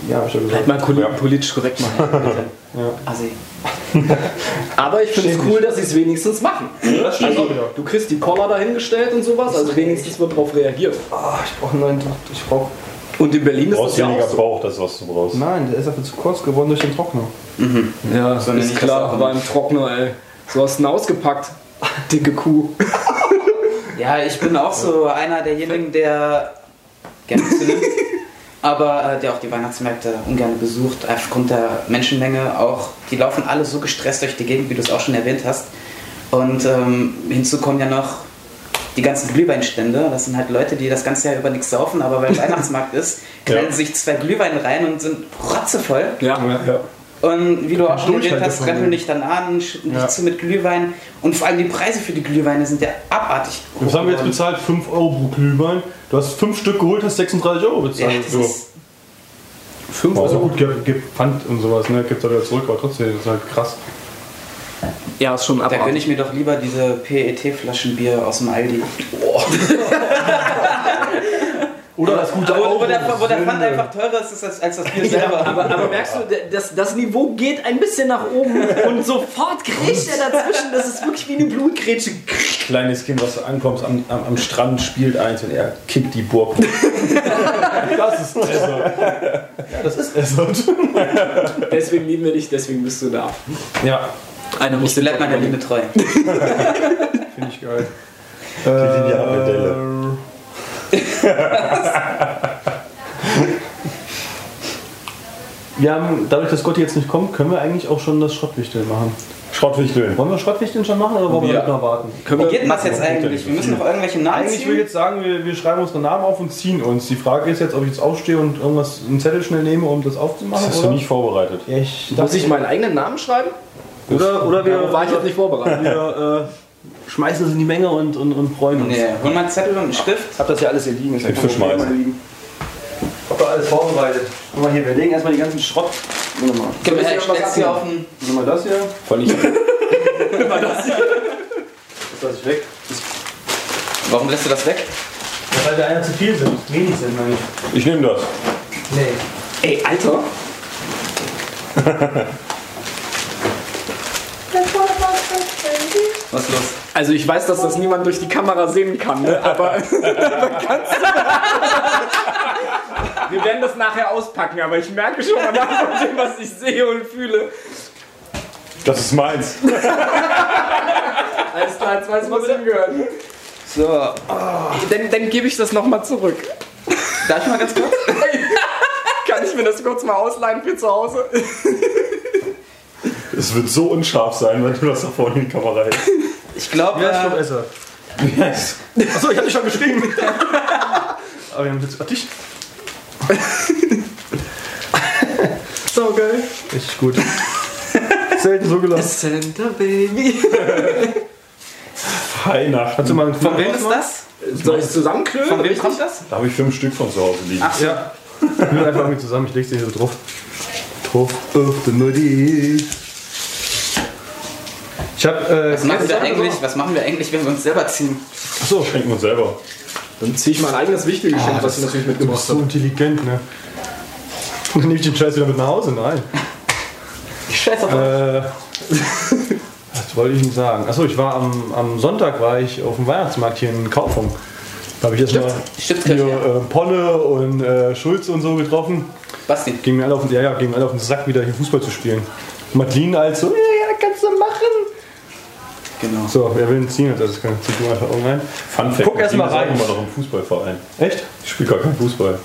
Speaker 1: Ja, hab ich ja
Speaker 3: Halt
Speaker 1: gesagt.
Speaker 4: Halt Mal Kollegen
Speaker 2: Ja.
Speaker 4: politisch korrekt machen.
Speaker 3: Also,
Speaker 4: Aber ich finde es cool, dass sie es wenigstens machen.
Speaker 1: Das stimmt auch wieder.
Speaker 4: Du kriegst die Collar dahingestellt und sowas, also wenigstens wird darauf reagiert.
Speaker 1: Ah, ich brauche einen neuen Tag. Ich brauche.
Speaker 4: Und in Berlin
Speaker 2: Du
Speaker 4: ist das
Speaker 2: brauchst
Speaker 4: ja
Speaker 2: weniger
Speaker 4: auch so.
Speaker 2: Bauch, das ist, was du brauchst.
Speaker 1: Nein, der ist dafür zu kurz geworden durch den Trockner.
Speaker 4: Ja,
Speaker 3: nenne ich
Speaker 4: ist
Speaker 3: das
Speaker 4: klar,
Speaker 3: auch
Speaker 4: war
Speaker 3: nicht.
Speaker 4: im Trockner, ey. So hast du ihn ausgepackt. Dicke Kuh.
Speaker 3: ja, ich bin auch so einer derjenigen, der gerne zunimmt, aber äh, der auch die Weihnachtsmärkte ungern besucht, aufgrund der Menschenmenge auch. Die laufen alle so gestresst durch die Gegend, wie du es auch schon erwähnt hast. Und ähm, hinzu kommen ja noch die ganzen Glühweinstände. Das sind halt Leute, die das ganze Jahr über nichts saufen, aber weil Weihnachtsmarkt ist, knallen
Speaker 2: Ja.
Speaker 3: sich zwei Glühwein rein und sind rotzevoll.
Speaker 4: Ja.
Speaker 3: Und wie du auch schon erwähnt hast,
Speaker 1: Durchhaltevermögen.
Speaker 3: treffen dich dann an, schütten dich
Speaker 1: Ja.
Speaker 3: zu mit Glühwein. Und vor allem die Preise für die Glühweine sind ja abartig. hoch
Speaker 1: Was haben wir jetzt
Speaker 3: geworden.
Speaker 1: bezahlt? 5 Euro pro Glühwein. Du hast 5 Stück geholt, hast 36 Euro bezahlt.
Speaker 3: Ja, das
Speaker 1: So.
Speaker 3: ist,
Speaker 1: 5 Euro. Also gut, gibt gibt Pfand und sowas, ne? Gibt da wieder zurück, aber trotzdem ist halt krass.
Speaker 4: Ja, ist schon
Speaker 3: da gönne
Speaker 4: abartig.
Speaker 3: ich mir doch lieber diese PET-Flaschenbier aus dem Aldi.
Speaker 1: Oh, Oder das gute
Speaker 3: Aber wo, wo, der,
Speaker 1: Auto.
Speaker 3: wo der Pfand einfach teurer ist, ist das, als das Bier
Speaker 5: Ja,
Speaker 3: selber.
Speaker 5: aber, aber merkst du, das, das Niveau geht ein bisschen nach oben und sofort kriecht er dazwischen. Das ist wirklich wie eine Blutgrätsche.
Speaker 2: Kleines Kind, was du ankommst, am, am, am Strand spielt eins und er kickt die Burg.
Speaker 1: Das ist Essert. Ja, das ist Essert.
Speaker 4: Deswegen lieben wir dich, deswegen bist du da.
Speaker 1: Ja,
Speaker 5: Einer muss
Speaker 3: Ich bleib meiner Liebe treu.
Speaker 1: Finde ich geil. Ähm.
Speaker 2: lineare Delle.
Speaker 1: Wir haben, dadurch, dass Gotti jetzt nicht kommt, können wir eigentlich auch schon das Schrottwichteln machen.
Speaker 2: Schrottwichteln.
Speaker 1: Wollen wir Schrottwichteln schon machen oder wollen wir
Speaker 4: Ja.
Speaker 1: damit noch warten?
Speaker 4: Können
Speaker 3: Wie
Speaker 4: wir,
Speaker 3: geht denn das jetzt eigentlich? Wir müssen noch irgendwelche Namen
Speaker 1: Eigentlich würde ich
Speaker 3: ziehen.
Speaker 1: jetzt sagen, wir, wir schreiben unsere Namen auf und ziehen uns. Die Frage ist jetzt, ob ich jetzt aufstehe und irgendwas, einen Zettel schnell nehme, um das aufzumachen.
Speaker 2: Das hast du
Speaker 1: oder?
Speaker 2: nicht vorbereitet.
Speaker 1: Ja, ich
Speaker 4: muss
Speaker 1: dachte,
Speaker 4: ich meinen eigenen Namen schreiben?
Speaker 1: oder, oder wir,
Speaker 4: Darauf war ich jetzt nicht vorbereitet.
Speaker 1: wir äh, schmeißen es in die Menge und, und, und freuen uns.
Speaker 3: Nee, hol mal einen Zettel und einen Stift.
Speaker 1: Hab das ja alles hier liegen. Ist ja
Speaker 2: Mit
Speaker 1: kein Problem,
Speaker 2: Fischmeißen.
Speaker 1: meine Lieben. Hab da alles vorbereitet. Guck mal hier, wir legen erstmal den ganzen Schrott. Warte mal.
Speaker 3: Gib mir
Speaker 4: müssen
Speaker 3: her, ich
Speaker 4: wir was
Speaker 3: stell's hier auf den.
Speaker 1: Nimm mal das hier.
Speaker 2: Vor allem, ich,
Speaker 1: Das lasse ich weg.
Speaker 3: Warum lässt du das weg?
Speaker 1: Ja, weil wir einer zu viel sind. Wenig sind, meine ich.
Speaker 2: ich nehme das.
Speaker 1: Nee.
Speaker 4: Ey, Alter.
Speaker 3: Was ist los?
Speaker 4: Also ich weiß, dass das niemand durch die Kamera sehen kann, ne? aber man kann's. Wir werden das nachher auspacken, aber ich merke schon mal nach von dem, was ich sehe und fühle.
Speaker 2: Das ist meins.
Speaker 4: Alles klar, jetzt weiß ich, was hingehört.
Speaker 3: So,
Speaker 4: Dann, dann gebe ich das nochmal zurück.
Speaker 3: darf ich mal ganz kurz?
Speaker 4: Kann ich mir das kurz mal ausleihen für zu Hause?
Speaker 2: Es wird so unscharf sein, wenn du das da vorne in die Kamera hältst.
Speaker 3: Ich glaube,
Speaker 1: Ja, ich glaube,
Speaker 3: äh,
Speaker 1: Esser. Achso, ich hab dich schon geschrieben. Aber wir haben jetzt dich.
Speaker 4: So geil.
Speaker 1: Richtig gut. Selten so gelassen.
Speaker 5: Santa Baby.
Speaker 2: Weihnachten.
Speaker 1: Kannst du mal einen
Speaker 3: von wem ist das?
Speaker 4: Soll ich es zusammenklönen?
Speaker 3: Von wem kommt das?
Speaker 2: Da habe ich fünf Stück von zu Hause liegen.
Speaker 3: Ach so.
Speaker 1: Ja. Ich bin einfach mit zusammen, ich leg's dir hier so drauf. Drauf auf den Mutti. Ich hab. Äh,
Speaker 3: Was machen, wir eigentlich, was machen wir eigentlich, wenn wir uns selber ziehen?
Speaker 2: Achso, schenken wir uns selber.
Speaker 4: Dann ziehe ich mein eigenes wichtiges Geschenk, was ich natürlich
Speaker 1: Du bist
Speaker 4: mitgebracht
Speaker 1: so
Speaker 4: habe.
Speaker 1: intelligent, ne? Dann nehme ich den Scheiß wieder mit nach Hause, nein.
Speaker 3: Ich scheiße auf
Speaker 1: Äh, Was wollte ich ihm sagen? Achso, ich war am, am Sonntag war ich auf dem Weihnachtsmarkt hier in Kaufung. Da habe ich erstmal
Speaker 3: Stiftskirche,
Speaker 1: hier äh, Ponne und äh, Schulz und so getroffen.
Speaker 3: Basti.
Speaker 1: Gingen mir alle auf den, ja, ja, gingen mir alle auf den Sack, wieder hier Fußball zu spielen. Madeline als so, ja, ja, kannst du machen.
Speaker 3: Genau.
Speaker 1: So, wer will ein Ziel? Das ist kein Ziel, einfach oh, online.
Speaker 2: Fun Fact.
Speaker 1: Guck erst mal
Speaker 2: Martina
Speaker 1: rein.
Speaker 2: ist auch immer noch im Fußballverein.
Speaker 1: Echt?
Speaker 2: Ich spiele gar keinen Fußball.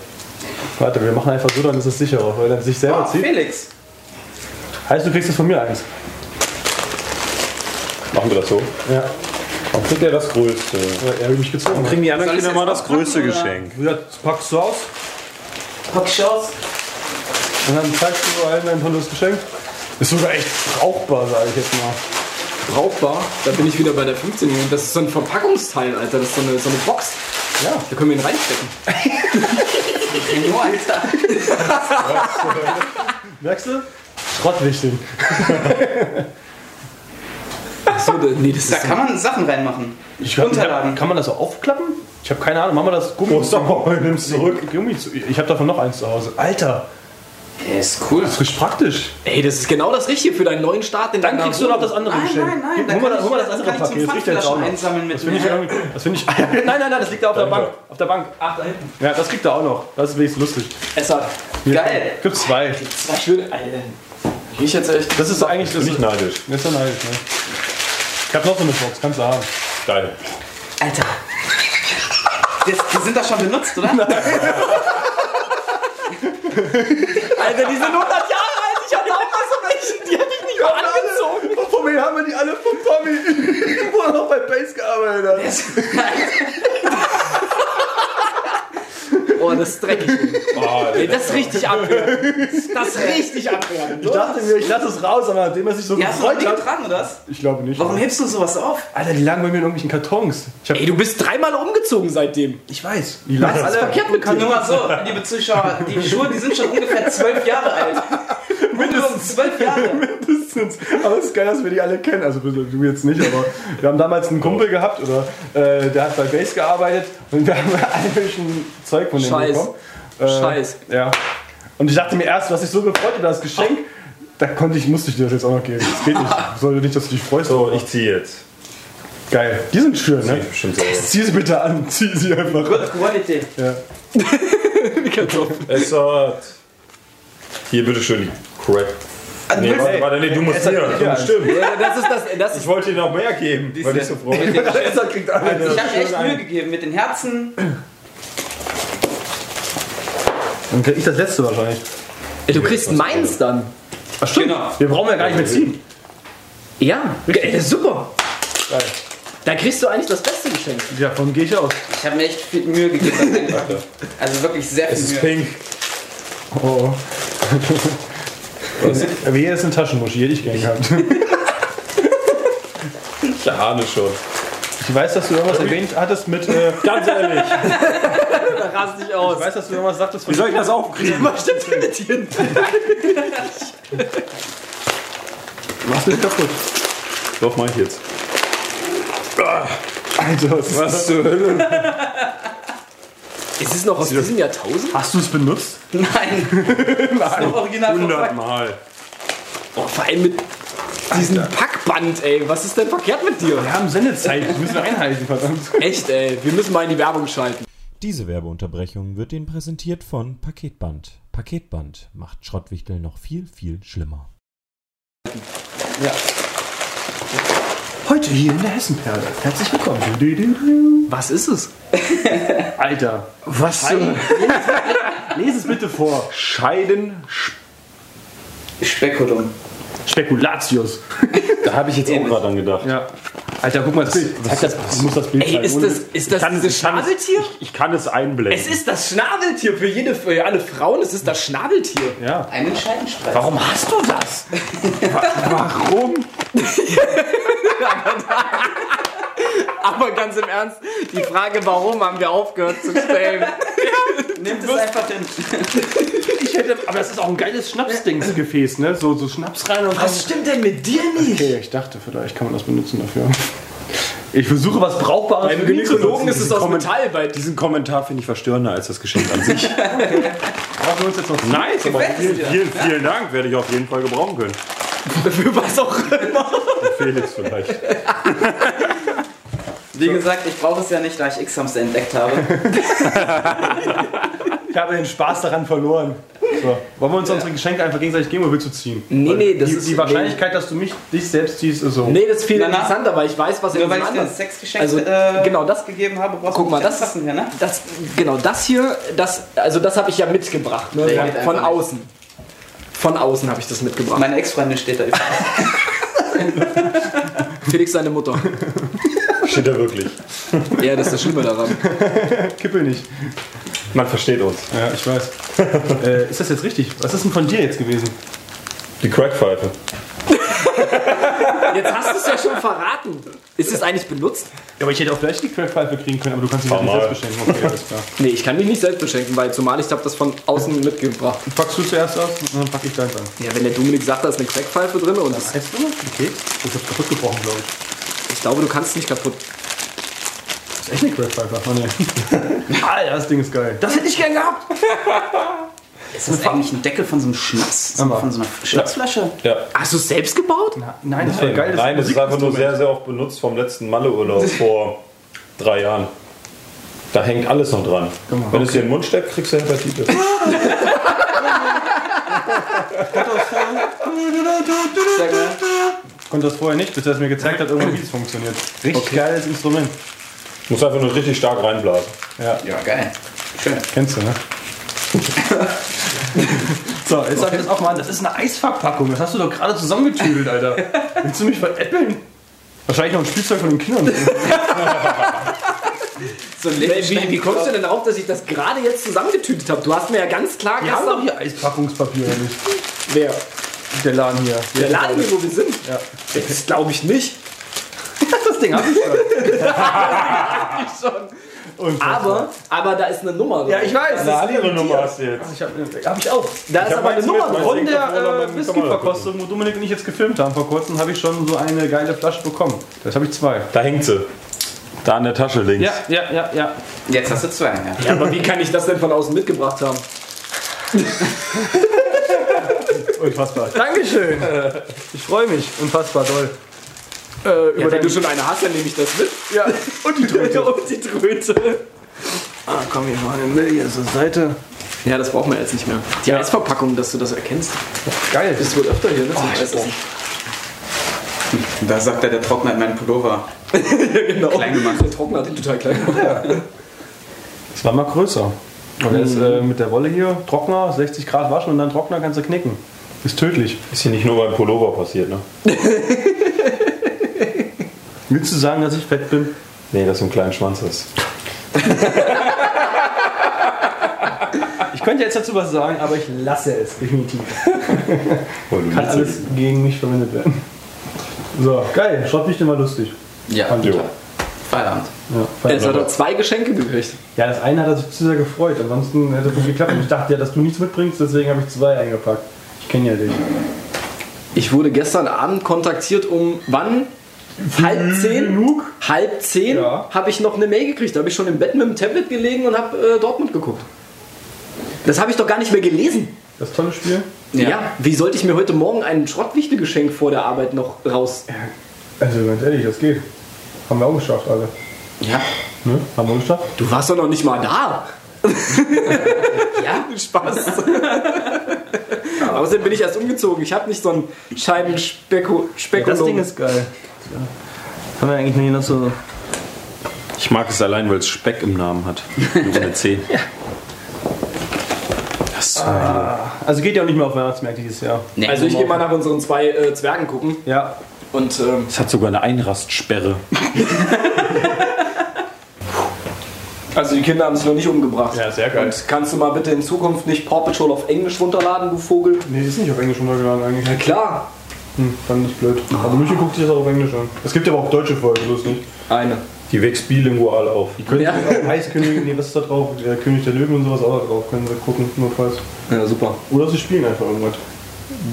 Speaker 1: Warte, wir machen einfach so, dann ist es sicherer, weil er sich selber
Speaker 3: Oh,
Speaker 1: zieht.
Speaker 3: Felix.
Speaker 1: Heißt, du kriegst es von mir eins.
Speaker 2: Machen wir das so?
Speaker 1: Ja,
Speaker 2: Dann kriegt er das Größte.
Speaker 1: weil er mich gezogen hat.
Speaker 2: Kriegen die anderen
Speaker 3: Soll ich's
Speaker 2: Kinder mal
Speaker 3: jetzt
Speaker 2: das größte
Speaker 3: auspacken, oder?
Speaker 2: Geschenk.
Speaker 1: Wieder packst du aus
Speaker 3: Pack Chance.
Speaker 1: und dann zeigst du allen dein tolles Geschenk. Ist sogar echt brauchbar, sage ich jetzt mal.
Speaker 4: Brauchbar, da bin ich wieder bei der 15 -Jährigen. Das ist so ein Verpackungsteil, Alter. Das ist so eine, so eine Box.
Speaker 1: Ja.
Speaker 4: Da können wir ihn reinstecken.
Speaker 3: Nur Alter.
Speaker 1: Merkst du? Schrottwichteln.
Speaker 4: Achso, da- nee, das ist.
Speaker 3: Da kann man Sachen reinmachen.
Speaker 1: Ich
Speaker 3: Unterlagen.
Speaker 1: Kann man das so aufklappen? Ich habe keine Ahnung. Machen wir das Gummi. nimmst zurück. Gummi zu. Ich habe davon noch eins zu Hause. Alter,
Speaker 3: Der ist cool.
Speaker 1: das ist praktisch.
Speaker 4: Ey, das ist genau das Richtige für deinen neuen Start in
Speaker 1: Dann
Speaker 4: deiner
Speaker 1: kriegst du noch das andere
Speaker 3: Nein,
Speaker 1: Geschenk.
Speaker 3: nein, nein,
Speaker 1: Gib-
Speaker 3: dann
Speaker 1: Hol mal
Speaker 3: kann
Speaker 1: das, hol mal
Speaker 3: ich-
Speaker 1: das
Speaker 3: dann
Speaker 1: andere
Speaker 3: kann ich
Speaker 1: Paket.
Speaker 3: zum
Speaker 1: Das riecht jetzt auch
Speaker 3: Pfandflaschen
Speaker 1: noch.
Speaker 3: einsammeln mit
Speaker 1: Das finde ich
Speaker 3: mir.
Speaker 1: irgendwie. Das finde ich. nein, nein, nein, das liegt da auf der
Speaker 2: Danke.
Speaker 1: Bank. Auf der Bank. Ach, da hinten. Ja, das kriegt er auch noch. Das ist wenigstens lustig.
Speaker 4: Es hat.
Speaker 3: Geil.
Speaker 1: Gibt's zwei.
Speaker 4: Ich würde. Alter. Ich jetzt echt.
Speaker 1: Das ist eigentlich das.
Speaker 2: Nicht neidisch.
Speaker 1: Das ist ja neidisch, ne? Ich hab noch so eine Box, kannst du haben.
Speaker 2: Geil.
Speaker 3: Alter. Das, die sind doch schon benutzt, oder? Nein.
Speaker 5: Alter, die sind 100 Jahre alt, ich hatte auch mal so welche, die hab ich nicht mal angezogen.
Speaker 1: Von wem haben wir die alle vom Tommy? Wo er noch bei Base gearbeitet hat.
Speaker 5: Oh, das ist dreckig.
Speaker 2: Ah, der-
Speaker 5: Das ist richtig abwertend. Das ist richtig abwertend.
Speaker 1: Ich dachte mir, ich lasse es raus, aber nachdem er sich so
Speaker 3: Ja, hast du noch
Speaker 1: gefreut
Speaker 3: nie
Speaker 1: hat.
Speaker 3: getragen, oder? was?
Speaker 1: Ich glaube nicht.
Speaker 3: Warum hebst du sowas auf?
Speaker 1: Alter, die lagen bei mir in irgendwelchen Kartons. Ich, hab,
Speaker 4: Ey, du bist dreimal umgezogen seitdem.
Speaker 1: ich weiß. Die lagen alle.
Speaker 5: Verkehrt mit
Speaker 3: Nur mal so, liebe Zuschauer, die Schuhe, die sind schon ungefähr zwölf Jahre alt. Mindestens zwölf Jahre.
Speaker 1: Mindestens. Aber es ist geil, dass wir die alle kennen. Also du du jetzt nicht, aber wir haben damals einen Kumpel gehabt, oder äh, der hat bei Base gearbeitet und wir haben all möglichen Zeug von dem
Speaker 4: Scheiß.
Speaker 1: bekommen. Äh,
Speaker 4: Scheiß.
Speaker 1: Ja. Und ich dachte mir erst, was ich so gefreut über das Geschenk, da konnte ich, musste ich dir das jetzt auch noch geben. Das geht nicht. Ich sollte nicht, dass du dich freust.
Speaker 2: So, ich ziehe jetzt.
Speaker 1: Geil. Die sind schön,
Speaker 2: Ne?
Speaker 1: ne?
Speaker 2: Bestimmt so.
Speaker 1: Zieh sie bitte an, zieh sie einfach an.
Speaker 3: Good Quality.
Speaker 1: Ja.
Speaker 2: Es hat. Hier, bitteschön, die Crap. Nee,
Speaker 3: Also,
Speaker 2: warte, warte, nee, du musst
Speaker 1: hat-
Speaker 2: hier.
Speaker 1: ja.
Speaker 2: Stimmt.
Speaker 4: Das ist das. Das
Speaker 2: Ich wollte dir noch mehr geben, weil ich so froh bin.
Speaker 1: Deshalb kriegt alle.
Speaker 3: Ich habe echt Mühe gegeben mit den Herzen.
Speaker 1: Dann krieg ich das letzte wahrscheinlich.
Speaker 4: Ey, du kriegst meins dann.
Speaker 1: Ach, stimmt.
Speaker 3: Genau.
Speaker 1: Wir brauchen ja gar nicht mehr ziehen.
Speaker 4: Ja. Ey, das ist super.
Speaker 1: Geil.
Speaker 4: Da kriegst du eigentlich das beste Geschenk.
Speaker 1: Ja, davon gehe ich aus.
Speaker 3: Ich habe mir echt viel Mühe gegeben. Also wirklich sehr
Speaker 2: Es
Speaker 3: viel
Speaker 2: ist
Speaker 3: Mühe.
Speaker 2: pink.
Speaker 1: Oh. Aber hier ist eine Taschenmuschi, hätte ich halt. gern gehabt.
Speaker 2: Ich ahne schon.
Speaker 1: Ich weiß, dass du irgendwas erwähnt hattest mit. Äh,
Speaker 2: Ganz ehrlich.
Speaker 5: Da rast ich aus.
Speaker 1: ich weiß, dass du irgendwas sagtest von.
Speaker 2: Wie soll ich das aufkriegen?
Speaker 5: Was stimmt denn mit dir?
Speaker 1: Machst du kaputt?
Speaker 2: Doch, mach ich jetzt.
Speaker 1: Alter, was?
Speaker 2: Was zur Hölle?
Speaker 4: Ist es noch aus diesem Jahrtausend?
Speaker 1: Hast du es benutzt?
Speaker 3: Nein. Das ist noch original verpackt.
Speaker 2: Hundertmal.
Speaker 4: Oh, vor allem mit diesem Packband, ey. Was ist denn verkehrt mit dir?
Speaker 1: Wir haben Sendezeit, wir müssen einhalten, verdammt.
Speaker 4: Echt, ey. Wir müssen mal in die Werbung schalten.
Speaker 6: Diese Werbeunterbrechung wird Ihnen präsentiert von Paketband. Paketband macht Schrottwichteln noch viel, viel schlimmer.
Speaker 1: Heute hier in der Hessenperle. Herzlich willkommen.
Speaker 4: Was ist es?
Speaker 1: Alter, was? Lese es bitte vor.
Speaker 2: Scheiden.
Speaker 3: Spekulum.
Speaker 1: Spekulatius.
Speaker 2: Da habe ich jetzt auch gerade dran gedacht.
Speaker 1: Ja. Alter, guck mal, das Bild. ich muss das Bild
Speaker 5: Ey, ist
Speaker 1: zeigen.
Speaker 5: das, ist das
Speaker 2: kann-
Speaker 5: dieses
Speaker 2: ich kann-
Speaker 5: Schnabeltier?
Speaker 2: Ich kann es einblenden.
Speaker 4: Es ist das Schnabeltier für, jede, für alle Frauen. Es ist das Schnabeltier.
Speaker 1: Ja.
Speaker 3: Einen Scheidenstreit.
Speaker 1: Warum hast du das?
Speaker 2: Warum?
Speaker 4: Aber ganz im Ernst, die Frage, warum, haben wir aufgehört zu stellen.
Speaker 3: Nimmt es einfach hin.
Speaker 1: Ich hätte, aber das ist auch ein geiles Schnapsdingsgefäß, ne? So, so Schnaps rein und
Speaker 5: Was stimmt denn mit dir nicht?
Speaker 1: Okay, ich dachte, vielleicht kann man das benutzen dafür. Ich versuche was Brauchbares
Speaker 4: Beim
Speaker 1: für mich zu
Speaker 4: Gynäkologen ist
Speaker 1: nutzen.
Speaker 4: es aus Metall bei
Speaker 2: Diesen Kommentar finde ich verstörender als das Geschenk an sich.
Speaker 1: Brauchen wir uns jetzt noch
Speaker 2: nice, aber
Speaker 3: Gefällt es dir?
Speaker 2: vielen, vielen, vielen Dank. Werde ich auf jeden Fall gebrauchen können.
Speaker 4: Für was auch immer.
Speaker 2: Felix vielleicht.
Speaker 3: Wie gesagt, ich brauche es ja nicht, da ich X-Hamster entdeckt habe.
Speaker 1: Ich habe den Spaß daran verloren. So. Wollen wir uns unsere Geschenke einfach gegenseitig geben oder willst du ziehen?
Speaker 4: Nee,
Speaker 1: Weil
Speaker 4: nee, das
Speaker 1: die,
Speaker 4: ist-
Speaker 1: Die Wahrscheinlichkeit, dass du mich, dich selbst ziehst, ist so.
Speaker 4: Nee, das ist viel
Speaker 3: Na, na.
Speaker 4: interessanter, weil ich weiß, was in
Speaker 3: Nur weil ich
Speaker 4: diesem
Speaker 3: dir
Speaker 4: anderen...
Speaker 3: das Sexgeschenk
Speaker 4: Also,
Speaker 3: äh,
Speaker 4: genau, das-
Speaker 3: gegeben habe, brauchst
Speaker 4: Guck mal, das-
Speaker 3: lassen wir, ne?
Speaker 4: Das, genau, das hier, das, also das habe ich ja mitgebracht. Ne?
Speaker 3: Ja, geht einfach
Speaker 4: Von
Speaker 3: nicht.
Speaker 4: außen. Von außen habe ich das mitgebracht.
Speaker 3: Meine Ex-Freundin steht da übrigens.
Speaker 4: Felix seine Mutter.
Speaker 2: Steht da wirklich.
Speaker 4: ja, das ist das Schlimme daran.
Speaker 1: kippel nicht.
Speaker 2: Man versteht uns.
Speaker 1: Ja, ich weiß. äh, ist das jetzt richtig? Was ist denn von dir jetzt gewesen?
Speaker 2: Die Crackpfeife.
Speaker 4: Jetzt hast du es ja schon verraten. Ist es eigentlich benutzt?
Speaker 1: Ja, aber ich hätte auch vielleicht die Crackpfeife kriegen können, aber du kannst sie mir nicht
Speaker 2: Normal.
Speaker 1: selbst beschenken. Okay, alles klar.
Speaker 4: Nee, ich kann mich nicht selbst beschenken, weil zumal ich habe das von außen mitgebracht.
Speaker 1: Packst du zuerst aus und dann pack ich deins an.
Speaker 4: Ja, wenn der Dominik sagt, da ist eine Crackpfeife drin und das,
Speaker 1: Weißt du? Okay. Ich hab's kaputt gebrochen, glaube ich. Das
Speaker 4: ich glaube, du kannst es nicht kaputt.
Speaker 1: ist echt eine Crackpfeife. Oh, nee. Alter, das Ding ist geil. Das hätte ich gern gehabt.
Speaker 3: Ist das eigentlich ein Deckel von so einem Schnaps? So
Speaker 1: Aber-
Speaker 3: Von so einer Schnapsflasche?
Speaker 2: Ja.
Speaker 4: Hast du es selbst gebaut?
Speaker 1: Nein, das wäre Ah, geil.
Speaker 2: Nein, das ist einfach nur sehr, sehr oft benutzt vom letzten Malleurlaub vor drei Jahren. Da hängt alles noch dran.
Speaker 1: Guck mal,
Speaker 2: Wenn es dir in den Mund steckt, kriegst du Hepatitis.
Speaker 3: Sehr gut.
Speaker 1: konnte das vorher nicht, bis er es mir gezeigt hat, irgendwann, wie es funktioniert. Richtig geiles Instrument.
Speaker 2: Muss einfach nur richtig stark reinblasen.
Speaker 3: Ja, geil. Schön.
Speaker 1: Kennst du, ne? so, jetzt sag ich das auch mal. an. Das ist eine Eisverpackung. Das hast du doch gerade zusammengetüdelt, Alter. Willst du mich veräppeln? Wahrscheinlich noch ein Spielzeug von den Kindern.
Speaker 4: So ein wie, wie kommst du denn darauf, dass ich das gerade jetzt zusammengetütet habe? Du hast mir ja ganz klar
Speaker 1: Wir haben doch hier Eispackungspapier, oder nicht?
Speaker 4: wer?
Speaker 1: Der Laden hier.
Speaker 4: Der Laden hier, wo wir sind.
Speaker 1: Ja.
Speaker 4: Das glaube ich nicht.
Speaker 1: Das Ding hab ich schon.
Speaker 4: Aber, aber da ist eine Nummer drin.
Speaker 1: Ja, ich weiß.
Speaker 2: Eine
Speaker 1: Das
Speaker 2: andere Nummer hast du jetzt.
Speaker 1: ich
Speaker 4: Äh,
Speaker 1: hab, hab ich auch.
Speaker 4: da ist aber eine
Speaker 2: meins
Speaker 4: Nummer
Speaker 2: mit,
Speaker 4: drin.
Speaker 2: meins
Speaker 1: Von
Speaker 2: Davor
Speaker 1: der
Speaker 2: noch
Speaker 1: äh,
Speaker 2: mit
Speaker 1: Whisky-Verkostung, wo Dominik und ich jetzt gefilmt haben vor kurzem, habe ich schon so eine geile Flasche bekommen. Das habe ich zwei.
Speaker 2: Da hängt sie. Da an der Tasche links.
Speaker 1: Ja, ja, ja, ja.
Speaker 3: Jetzt hast du zwei, ja.
Speaker 4: Ja, aber wie kann ich das denn von außen mitgebracht haben?
Speaker 1: Unfassbar. Dankeschön. Ich freue mich. Unfassbar toll. Äh, über
Speaker 4: Ja, wenn
Speaker 1: deine
Speaker 4: du schon eine hast, dann nehme ich das mit.
Speaker 1: ja. Und die Tröte.
Speaker 4: Und die Tröte.
Speaker 1: Ah, komm, hier mal eine Müll hier zur Seite.
Speaker 4: Ja, das brauchen wir jetzt nicht mehr. Die Eisverpackung, dass du das erkennst.
Speaker 1: Geil.
Speaker 4: Das wird öfter hier, ne? zum Eisessen.
Speaker 3: Da sagt er, der Trockner hat meinen Pullover.
Speaker 4: genau.
Speaker 3: Klein gemacht.
Speaker 4: Der Trockner hat den total klein gemacht.
Speaker 1: Das war mal größer. Und jetzt äh, mit der Wolle hier, Trockner, 60 Grad waschen und dann Trockner kannst du knicken. Ist tödlich.
Speaker 2: Ist hier nicht nur beim Pullover passiert, ne?
Speaker 1: Willst du sagen, dass ich fett bin?
Speaker 2: Nee, dass du einen kleinen Schwanz hast.
Speaker 1: Ich könnte jetzt dazu was sagen, aber ich lasse es definitiv.
Speaker 2: Weil du
Speaker 1: Kann
Speaker 2: nicht so-
Speaker 1: alles gegen mich verwendet werden. So, geil. Schrott mich immer lustig.
Speaker 3: Ja.
Speaker 2: Jo.
Speaker 3: Feierabend.
Speaker 1: Ja,
Speaker 4: Jetzt hat er zwei Geschenke gekriegt.
Speaker 1: Ja, das eine hat er sich zu sehr gefreut, ansonsten hätte es nicht geklappt. Und ich dachte ja, dass du nichts mitbringst, deswegen habe ich zwei eingepackt. Ich kenne ja dich.
Speaker 4: Ich wurde gestern Abend kontaktiert um wann? Halb zehn?
Speaker 1: genug?
Speaker 4: Halb zehn
Speaker 1: Ja.
Speaker 4: habe ich noch eine Mail gekriegt. Da habe ich schon im Bett mit dem Tablet gelegen und habe äh, Dortmund geguckt. Das habe ich doch gar nicht mehr gelesen.
Speaker 1: Das tolle Spiel.
Speaker 4: Ja. Wie sollte ich mir heute Morgen ein Schrottwichtelgeschenk vor der Arbeit noch raus?
Speaker 1: Also ganz ehrlich, das geht. Haben wir auch geschafft, alle.
Speaker 3: Ja.
Speaker 1: Ne? Haben wir geschafft?
Speaker 4: Du warst doch noch nicht mal da.
Speaker 3: Ja?
Speaker 4: Spaß. Außerdem bin ich erst umgezogen. Ich habe nicht so einen Scheibenspekulum.
Speaker 1: geil. Haben wir eigentlich noch hier noch so.
Speaker 2: Ich mag es allein, weil es Speck im Namen hat. Mit einer C. Das ist
Speaker 1: Also geht ja auch nicht mehr auf Weihnachtsmärkte dieses Jahr.
Speaker 3: Nee.
Speaker 4: also ich gehe mal nach unseren zwei äh, Zwergen gucken.
Speaker 1: Ja.
Speaker 4: Und ähm,
Speaker 2: Es hat sogar eine Einrastsperre.
Speaker 4: also die Kinder haben es noch nicht umgebracht.
Speaker 1: Ja, sehr geil.
Speaker 4: Und kannst du mal bitte in Zukunft nicht Paw Patrol auf Englisch runterladen, du Vogel?
Speaker 1: Nee, ist nicht auf Englisch runtergeladen eigentlich.
Speaker 4: Klar.
Speaker 1: Hm, fand ich blöd. Also Michi guckt sich das auch auf Englisch an. Es gibt aber auch deutsche Folgen, bloß nicht.
Speaker 4: Eine.
Speaker 2: Die wächst bilingual auf.
Speaker 4: Ja.
Speaker 1: Eiskönigin, nee, was ist da drauf? Der König der Löwen und sowas auch da drauf. Können sie gucken, notfalls.
Speaker 4: ja, super.
Speaker 1: Oder sie spielen einfach irgendwas.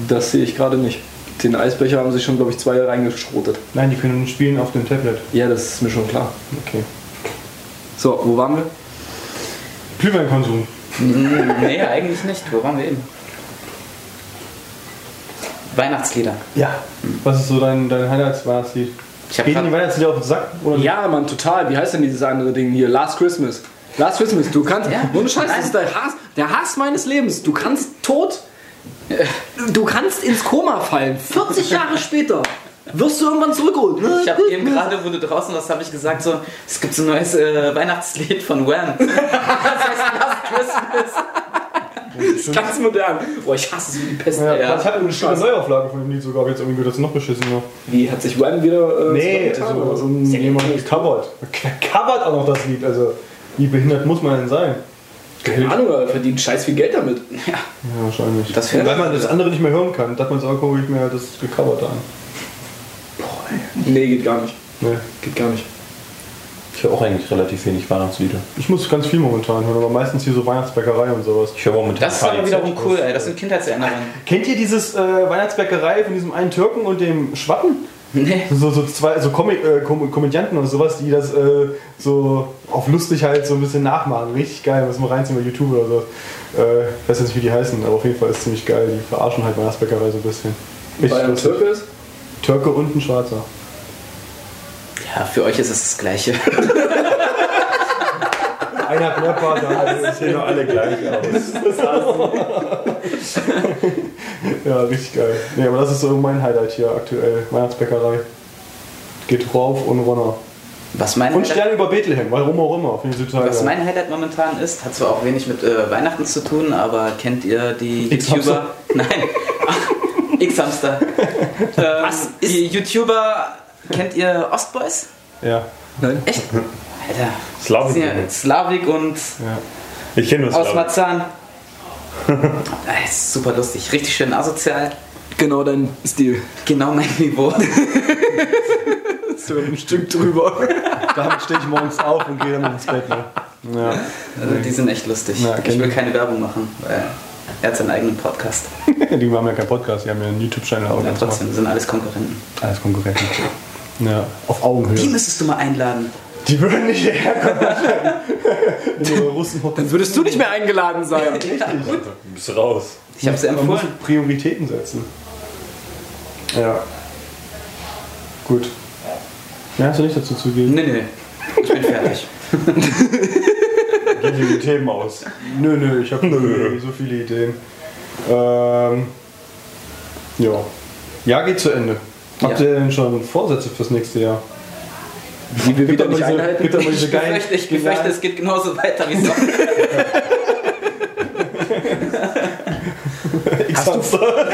Speaker 4: Das sehe ich gerade nicht. Den Eisbecher haben sich schon, glaube ich, zwei reingeschrotet.
Speaker 1: Nein, die können spielen auf dem Tablet.
Speaker 4: Ja, das ist mir schon klar.
Speaker 1: Okay.
Speaker 4: So, wo waren wir?
Speaker 1: Glühweinkonsum.
Speaker 3: Nee, eigentlich nicht. Wo waren wir eben? Weihnachtslieder.
Speaker 1: Ja. Was ist so dein, dein Highlights-Weihnachtslied?
Speaker 3: Ich hab
Speaker 1: Gehen die
Speaker 3: grad-
Speaker 1: Weihnachtslieder auf den Sack? Oder nicht?
Speaker 4: Ja, Mann, total. Wie heißt denn dieses andere Ding hier? Last Christmas. Last Christmas, du kannst.
Speaker 3: Ja.
Speaker 4: Ohne Scheiß, das ist der Hass, der Hass meines Lebens. Du kannst tot. Du kannst ins Koma fallen.
Speaker 5: 40 Jahre später wirst du irgendwann zurückgeholt. Ne?
Speaker 3: Ich habe eben gerade, wo du draußen warst, habe ich gesagt, so, es gibt so ein neues äh, Weihnachtslied von Wham. Das heißt Last Christmas.
Speaker 4: Ganz modern. Boah, ich hasse es wie die Pest.
Speaker 1: Ja,
Speaker 3: Ja.
Speaker 1: Das hat eine schöne Neuauflage von dem Lied sogar, aber jetzt irgendwie wird das noch beschissener.
Speaker 4: Wie hat sich Wham wieder. Äh, zusammengetan
Speaker 1: also
Speaker 4: oder
Speaker 1: so
Speaker 4: so?
Speaker 1: ein- jemand gecovert. Covert auch noch das Lied, also wie behindert muss man denn sein?
Speaker 4: Keine Ahnung, aber verdient scheiß viel Geld damit.
Speaker 1: Ja, wahrscheinlich.
Speaker 3: Das
Speaker 1: Und
Speaker 3: wär-
Speaker 1: weil man das andere nicht mehr hören kann, dachte man so, guck ich mir das gecovert an.
Speaker 4: Nee, geht gar nicht.
Speaker 1: Nee.
Speaker 4: Geht gar nicht.
Speaker 2: Ich höre auch eigentlich relativ wenig Weihnachtslieder.
Speaker 1: Ich muss ganz viel momentan hören, aber meistens hier so Weihnachtsbäckerei und sowas.
Speaker 2: Ich höre momentan
Speaker 3: Das ist aber
Speaker 2: KIZ.
Speaker 3: wiederum cool, ey. Das sind Kindheitserinnerungen.
Speaker 1: Kennt ihr dieses äh, Weihnachtsbäckerei von diesem einen Türken und dem Schwatten?
Speaker 3: Nee.
Speaker 1: So, so zwei so Comi äh, Kom Komödianten oder sowas, die das äh, so auf lustig halt so ein bisschen nachmachen. Richtig geil, muss man reinziehen bei YouTube oder so. Äh, ich weiß jetzt nicht, wie die heißen, aber auf jeden Fall ist ziemlich geil. Die verarschen halt Weihnachtsbäckerei so ein bisschen.
Speaker 4: Weil er ein
Speaker 1: lustig.
Speaker 4: Türke ist?
Speaker 1: Türke und ein Schwarzer.
Speaker 3: Ja, für euch ist es das Gleiche.
Speaker 1: Einer hat mehr Part, der andere
Speaker 2: sehen doch alle gleich aus.
Speaker 1: Ja, richtig geil. Nee, aber das ist so mein Highlight hier aktuell. Weihnachtsbäckerei. Geht rauf und runter.
Speaker 3: Was mein,
Speaker 1: Und
Speaker 3: Highlight,
Speaker 1: Sterne über Bethlehem, warum auch immer. Finde ich total
Speaker 3: was
Speaker 1: geil.
Speaker 3: mein Highlight momentan ist, hat zwar auch wenig mit äh, Weihnachten zu tun, aber kennt ihr die
Speaker 1: X-Hamster?
Speaker 3: YouTuber? Nein. X-Hamster. Ähm, Was? Die YouTuber, kennt ihr Ostboys?
Speaker 1: Ja,
Speaker 4: Nein.
Speaker 3: Echt? Alter. Das sind ja
Speaker 2: Slavik.
Speaker 3: Slavik und
Speaker 1: ja.
Speaker 2: Ich kenne nur
Speaker 3: aus
Speaker 2: Slavik.
Speaker 3: Marzahn. Ah, ist super lustig, richtig schön asozial.
Speaker 4: Genau dein Stil.
Speaker 3: Genau mein Niveau.
Speaker 4: Ist sogar ein Stück drüber.
Speaker 1: Damit stehe ich morgens auf und gehe dann ins Bett. Ne? Ja.
Speaker 3: Also, die sind echt lustig.
Speaker 1: Ja, kenn
Speaker 3: ich will
Speaker 1: ich.
Speaker 3: keine Werbung machen, weil er hat seinen eigenen Podcast.
Speaker 4: Oh,
Speaker 1: Die haben ja keinen Podcast, die haben ja einen YouTube-Channel. aber
Speaker 3: Ja,
Speaker 1: ganz
Speaker 3: trotzdem sind alles Konkurrenten.
Speaker 1: normal. Alles Konkurrenten. Ja, auf
Speaker 3: Die
Speaker 1: Augenhöhe.
Speaker 3: müsstest du mal einladen.
Speaker 1: Die würden nicht herkommen. In ihre Russen
Speaker 4: Dann würdest du nicht mehr eingeladen sein.
Speaker 2: Du bist raus.
Speaker 3: Ich habe sie
Speaker 1: Man muss
Speaker 3: empfohlen.
Speaker 1: Prioritäten setzen. Ja. Gut. Mehr hast du nicht dazu zu geben?
Speaker 3: Nee, nee. Ich bin fertig.
Speaker 2: Gehen Sie die Themen aus.
Speaker 1: Nö, nö, ich habe
Speaker 2: Nö.
Speaker 1: so viele Ideen. Ähm, ja. Jahr geht zu Ende. Habt
Speaker 3: Ja.
Speaker 1: ihr denn schon Vorsätze fürs nächste Jahr?
Speaker 4: Die wir
Speaker 1: Gibt
Speaker 4: wieder
Speaker 1: doch mal
Speaker 4: nicht
Speaker 1: diese-
Speaker 4: einhalten.
Speaker 1: gibt doch mal diese
Speaker 3: Ich
Speaker 1: geilen-
Speaker 3: befürchte, ich befürchte es geht genauso weiter wie sonst.
Speaker 1: X-Hamster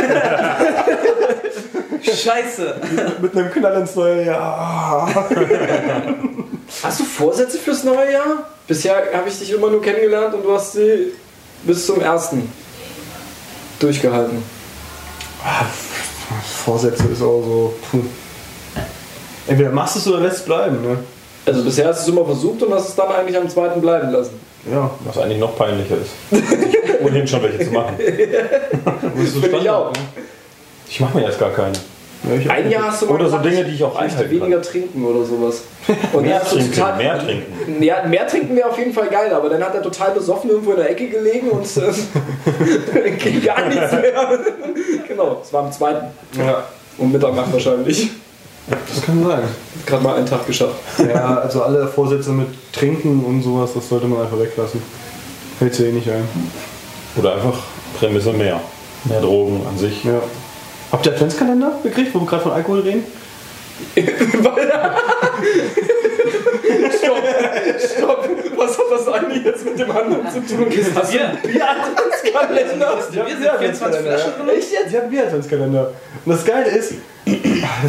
Speaker 3: Scheiße.
Speaker 1: mit einem Knall ins neue Jahr.
Speaker 4: Hast du Vorsätze fürs neue Jahr? Bisher habe ich dich immer nur kennengelernt und du hast sie bis zum ersten durchgehalten.
Speaker 1: Vorsätze ist auch so. Puh. Entweder machst du es oder lässt es bleiben, ne?
Speaker 4: Also bisher hast du es immer versucht und hast es dann eigentlich am zweiten bleiben lassen.
Speaker 1: Ja,
Speaker 2: Was eigentlich noch peinlicher ist. Ohnehin schon welche zu machen.
Speaker 1: das ist so
Speaker 4: Finde ich auch.
Speaker 2: Ich mache mir jetzt gar keine.
Speaker 1: Ja, ich auch.
Speaker 4: Ein Jahr hast du mal
Speaker 2: Oder so
Speaker 4: gesagt,
Speaker 2: Dinge, die ich auch
Speaker 4: ich möchte
Speaker 2: einhalten
Speaker 4: weniger
Speaker 2: kann.
Speaker 4: trinken oder sowas. Und dann
Speaker 2: Mehr
Speaker 4: hast du
Speaker 2: trinken,
Speaker 4: total-
Speaker 2: mehr trinken.
Speaker 4: Ja, mehr trinken wäre auf jeden Fall geil, aber dann hat er total besoffen irgendwo in der Ecke gelegen und äh, ging gar nichts mehr. genau, es war am zweiten.
Speaker 1: Ja,
Speaker 4: Um Mitternacht wahrscheinlich.
Speaker 1: das kann sein.
Speaker 4: Gerade mal einen Tag geschafft.
Speaker 1: Ja, also alle Vorsätze mit Trinken und sowas, das sollte man einfach weglassen. Fällt dir eh nicht ein.
Speaker 2: Oder einfach Prämisse mehr. Mehr Drogen an sich.
Speaker 1: Ja. Habt ihr Adventskalender gekriegt, wo wir gerade von Alkohol reden?
Speaker 4: Stopp! Stopp! Was hat das eine jetzt mit dem anderen zu tun? Hast du
Speaker 3: Bier.
Speaker 4: einen Bier-Adventskalender?
Speaker 1: Ja,
Speaker 3: Wir sind 24 Flaschen drin.
Speaker 1: Echt jetzt? Die haben wir Adventskalender. Und das Geile ist,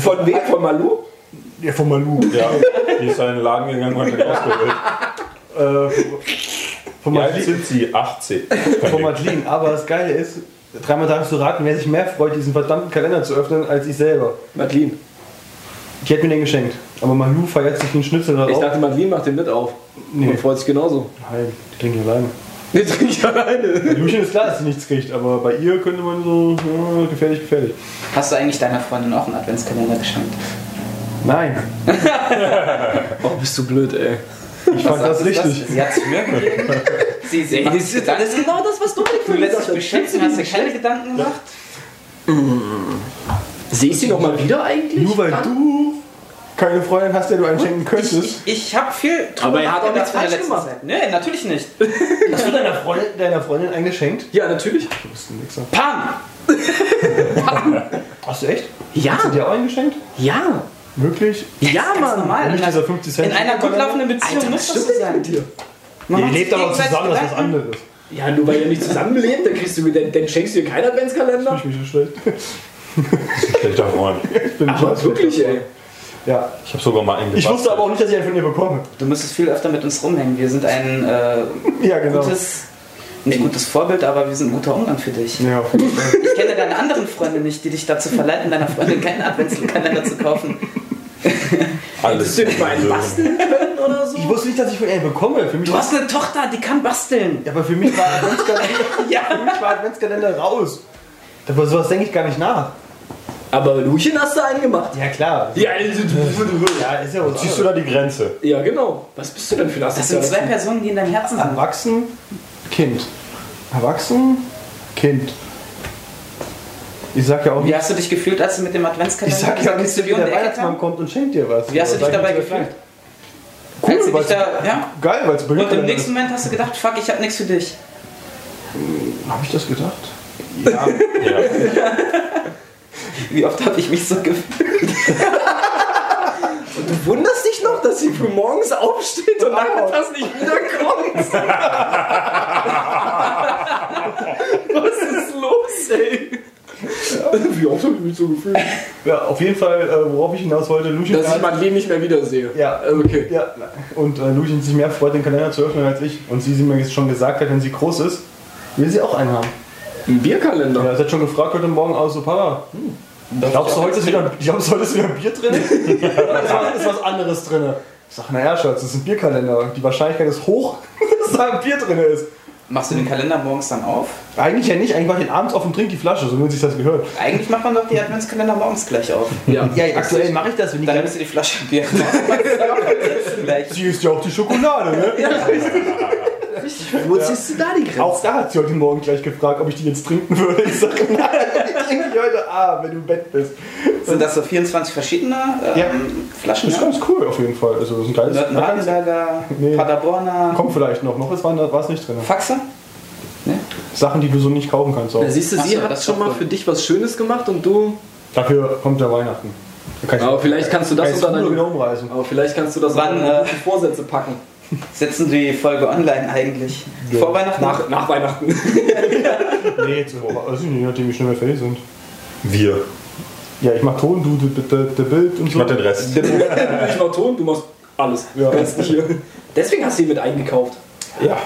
Speaker 4: Von wem? Von Malu?
Speaker 1: ja, von Malu.
Speaker 2: Ja, die ist in den Laden gegangen und hat den ausgewählt.
Speaker 1: Äh, von
Speaker 2: Wie alt
Speaker 1: Madeline.
Speaker 2: sind sie? 18.
Speaker 1: Von Madeline. Aber das Geile ist, dreimal darfst du raten, wer sich mehr freut, diesen verdammten Kalender zu öffnen, als ich selber.
Speaker 4: Madeline.
Speaker 1: Die hat mir den geschenkt. Aber Malu feiert sich einen Schnitzel darauf.
Speaker 4: Ich dachte, Madeline macht den mit auf.
Speaker 1: Nee.
Speaker 4: Und freut sich genauso.
Speaker 1: Nein, die trinken alleine.
Speaker 4: Nee, trinke ich alleine.
Speaker 1: Lucian ist klar, dass sie nichts kriegt, aber bei ihr könnte man so, ja, gefährlich, gefährlich.
Speaker 3: Hast du eigentlich deiner Freundin auch einen Adventskalender geschenkt?
Speaker 1: Nein,
Speaker 4: Oh, bist du blöd, ey.
Speaker 1: ich fand das richtig.
Speaker 3: Sie hat es mir gegeben. Sie, sie macht sich
Speaker 5: Das
Speaker 3: Gedanken.
Speaker 5: ist genau das, was du nicht
Speaker 3: Du lässt dich
Speaker 5: hast.
Speaker 3: beschenken, hast dir keine Gedanken gemacht?
Speaker 5: Sehe ich sie nochmal wieder eigentlich?
Speaker 1: Nur weil du keine Freundin hast, der du einen schenken könntest.
Speaker 3: Ich habe viel drüber
Speaker 5: Aber er hat
Speaker 3: nachgedacht
Speaker 5: auch nichts
Speaker 3: in der
Speaker 5: falsch
Speaker 3: letzten
Speaker 5: gemacht.
Speaker 3: Zeit. Nee, natürlich nicht.
Speaker 1: Hast du deiner Freundin, deiner Freundin einen geschenkt?
Speaker 4: Ja, natürlich.
Speaker 1: Du bist ein Wichser.
Speaker 3: Pam!
Speaker 1: Hast du echt? Hast du
Speaker 5: Ja,
Speaker 1: dir auch einen geschenkt?
Speaker 5: ja,
Speaker 1: Wirklich?
Speaker 5: ja,
Speaker 3: Ganz
Speaker 5: Mann.
Speaker 3: normal.
Speaker 1: Nicht
Speaker 3: In einer-
Speaker 1: dieser 50 Cent.
Speaker 3: in einer gut laufenden Beziehung
Speaker 5: Alter,
Speaker 3: muss
Speaker 5: was
Speaker 3: das
Speaker 5: stimmt
Speaker 3: so sein.
Speaker 5: mit dir?
Speaker 3: Man
Speaker 1: Ihr
Speaker 3: macht
Speaker 1: lebt
Speaker 3: sich
Speaker 1: aber
Speaker 3: gegenseitig
Speaker 1: zusammen, das ist was
Speaker 3: Gedanken.
Speaker 1: anderes.
Speaker 4: Ja, nur weil ihr nicht zusammenlebt, dann kriegst du, dann, dann schenkst du dir keinen Adventskalender.
Speaker 1: Ich mich so schlecht.
Speaker 2: Schlechter Freund.
Speaker 1: Ich bin ein
Speaker 4: Aber
Speaker 1: Scheiß-
Speaker 4: wirklich, ey.
Speaker 1: Ja.
Speaker 2: Ich habe sogar mal einen
Speaker 1: Ich wusste
Speaker 2: gebastelt.
Speaker 1: aber auch nicht, dass ich einen von dir bekomme.
Speaker 3: Du müsstest viel öfter mit uns rumhängen. Wir sind ein äh,
Speaker 1: Ja, genau.
Speaker 3: gutes, nicht gutes Vorbild, aber wir sind ein guter Umgang für dich.
Speaker 1: Ja, auf jeden Fall.
Speaker 3: Ich kenne deine anderen Freunde nicht, die dich dazu verleiten, deiner Freundin keinen Adventskalender zu kaufen.
Speaker 2: alles.
Speaker 4: Sind wir ein Bastel?
Speaker 5: Oder so?
Speaker 1: ich wusste nicht, dass ich von ihr einen bekomme. Für mich
Speaker 3: Du hast eine Tochter, die kann basteln.
Speaker 1: Ja, aber für mich war Adventskalender, für mich war Adventskalender raus. Aber sowas denke ich gar nicht nach.
Speaker 4: Aber Luchen hast du einen gemacht.
Speaker 1: Ja, klar.
Speaker 4: Ja, also-
Speaker 1: Ja, ist ja was
Speaker 2: Siehst du
Speaker 1: anderes.
Speaker 2: da die Grenze?
Speaker 4: ja, genau. Was bist du denn für ein
Speaker 3: Das sind zwei Personen, die in deinem Herzen sind.
Speaker 1: Erwachsen, Kind. Erwachsen, Kind. Ich sag ja auch
Speaker 3: Wie
Speaker 1: nicht,
Speaker 3: hast du dich gefühlt, als du mit dem
Speaker 1: ich
Speaker 3: Adventskalender
Speaker 1: sag ja auch nicht,
Speaker 3: Kiste
Speaker 1: wenn
Speaker 3: wie um
Speaker 1: der
Speaker 3: die Ecke
Speaker 1: Weihnachtsmann
Speaker 3: kam?
Speaker 1: kommt und schenkt dir was.
Speaker 3: Wie hast
Speaker 1: Das
Speaker 3: du dich
Speaker 1: sag ich
Speaker 3: dabei
Speaker 1: nicht so
Speaker 3: gefühlt?
Speaker 1: Cool,
Speaker 3: als du dich
Speaker 1: was-
Speaker 3: da, ja?
Speaker 1: schlecht. Geil, weil es
Speaker 3: Und im nächsten Moment hast du gedacht, fuck, ich hab nichts für dich.
Speaker 1: Hab ich das gedacht?
Speaker 2: Ja.
Speaker 3: Wie oft habe ich mich so gefühlt?
Speaker 4: Du wunderst dich noch, dass sie für morgens aufsteht und nachmittags nicht wiederkommt. Was ist los, ey? Wie oft habe ich mich so gefühlt?
Speaker 1: Ja, auf jeden Fall, äh, worauf ich hinaus wollte, Lucian.
Speaker 4: Dass ich mein Leben nicht mehr wiedersehe.
Speaker 1: Ja.
Speaker 4: Okay.
Speaker 1: ja, und äh, Lucian sich mehr freut, den Kalender zu öffnen als ich. Und sie, sie mir jetzt schon gesagt hat, wenn sie groß ist, will sie auch einen haben.
Speaker 4: Ein Bierkalender.
Speaker 1: Ja, sie hat schon gefragt heute Morgen auch so, Papa, hm, glaubst, du, heute ist wieder, glaubst du, heute ist wieder ein Bier drin? Oder ist was anderes drin? Ich sag, naja, Schatz, das ist ein Bierkalender. Die Wahrscheinlichkeit ist hoch, dass da ein Bier drin ist.
Speaker 3: Machst du den Kalender morgens dann auf?
Speaker 1: Eigentlich ja nicht, eigentlich mache ich den abends auf und trinke die Flasche, so wie sich das gehört.
Speaker 3: Eigentlich macht man doch die Adventskalender morgens gleich auf.
Speaker 4: Ja.
Speaker 1: aktuell mache ich das, wenn
Speaker 3: Dann nimmst du die Flasche Bier. Gleich.
Speaker 1: Sie isst ja auch die Schokolade, ne?
Speaker 5: Wo ziehst du da die Grenze?
Speaker 1: Auch da hat sie heute Morgen gleich gefragt, ob ich die jetzt trinken würde. Ich sage, nein, die trinke ich heute Abend, wenn du im Bett bist.
Speaker 3: Sind das so 24 verschiedene ähm, Flaschen?
Speaker 1: Das ist
Speaker 3: Ja?
Speaker 1: ganz cool auf jeden Fall. Also, das ist ein geiles. Ganz,
Speaker 3: Nürnberger,
Speaker 1: Nee.
Speaker 3: Paderborner,
Speaker 1: kommt vielleicht noch. Noch was war, war es nicht drin.
Speaker 3: Faxe?
Speaker 1: Sachen, die du so nicht kaufen kannst. Auch.
Speaker 4: Da siehst du,
Speaker 3: Ach
Speaker 4: sie
Speaker 3: so, das
Speaker 4: hat
Speaker 3: ist
Speaker 4: schon
Speaker 3: doch
Speaker 4: mal
Speaker 3: gut.
Speaker 4: für dich was Schönes gemacht und du.
Speaker 1: Dafür kommt ja Weihnachten. Da kann ich-
Speaker 4: Aber vielleicht kannst du
Speaker 1: kann
Speaker 4: das
Speaker 1: ich
Speaker 4: unter
Speaker 1: Ruhe wieder
Speaker 4: deine.
Speaker 1: umreißen.
Speaker 4: Aber vielleicht kannst du das
Speaker 3: Wann,
Speaker 4: unter deine
Speaker 3: äh,
Speaker 4: guten Vorsätze packen.
Speaker 3: Setzen die Folge online eigentlich? Vor Weihnachten?
Speaker 4: Nach, nach Weihnachten.
Speaker 1: Nee, zu Also, je nachdem, wie schnell wir fertig sind.
Speaker 2: Wir.
Speaker 1: Ja, ich mach Ton, du, du, du, du Bild und
Speaker 2: Ich
Speaker 1: so.
Speaker 2: mach den Rest.
Speaker 4: ich mach Ton, du machst alles.
Speaker 1: Ja.
Speaker 4: Ganz hier. Deswegen hast du ihn mit eingekauft.
Speaker 1: Ja.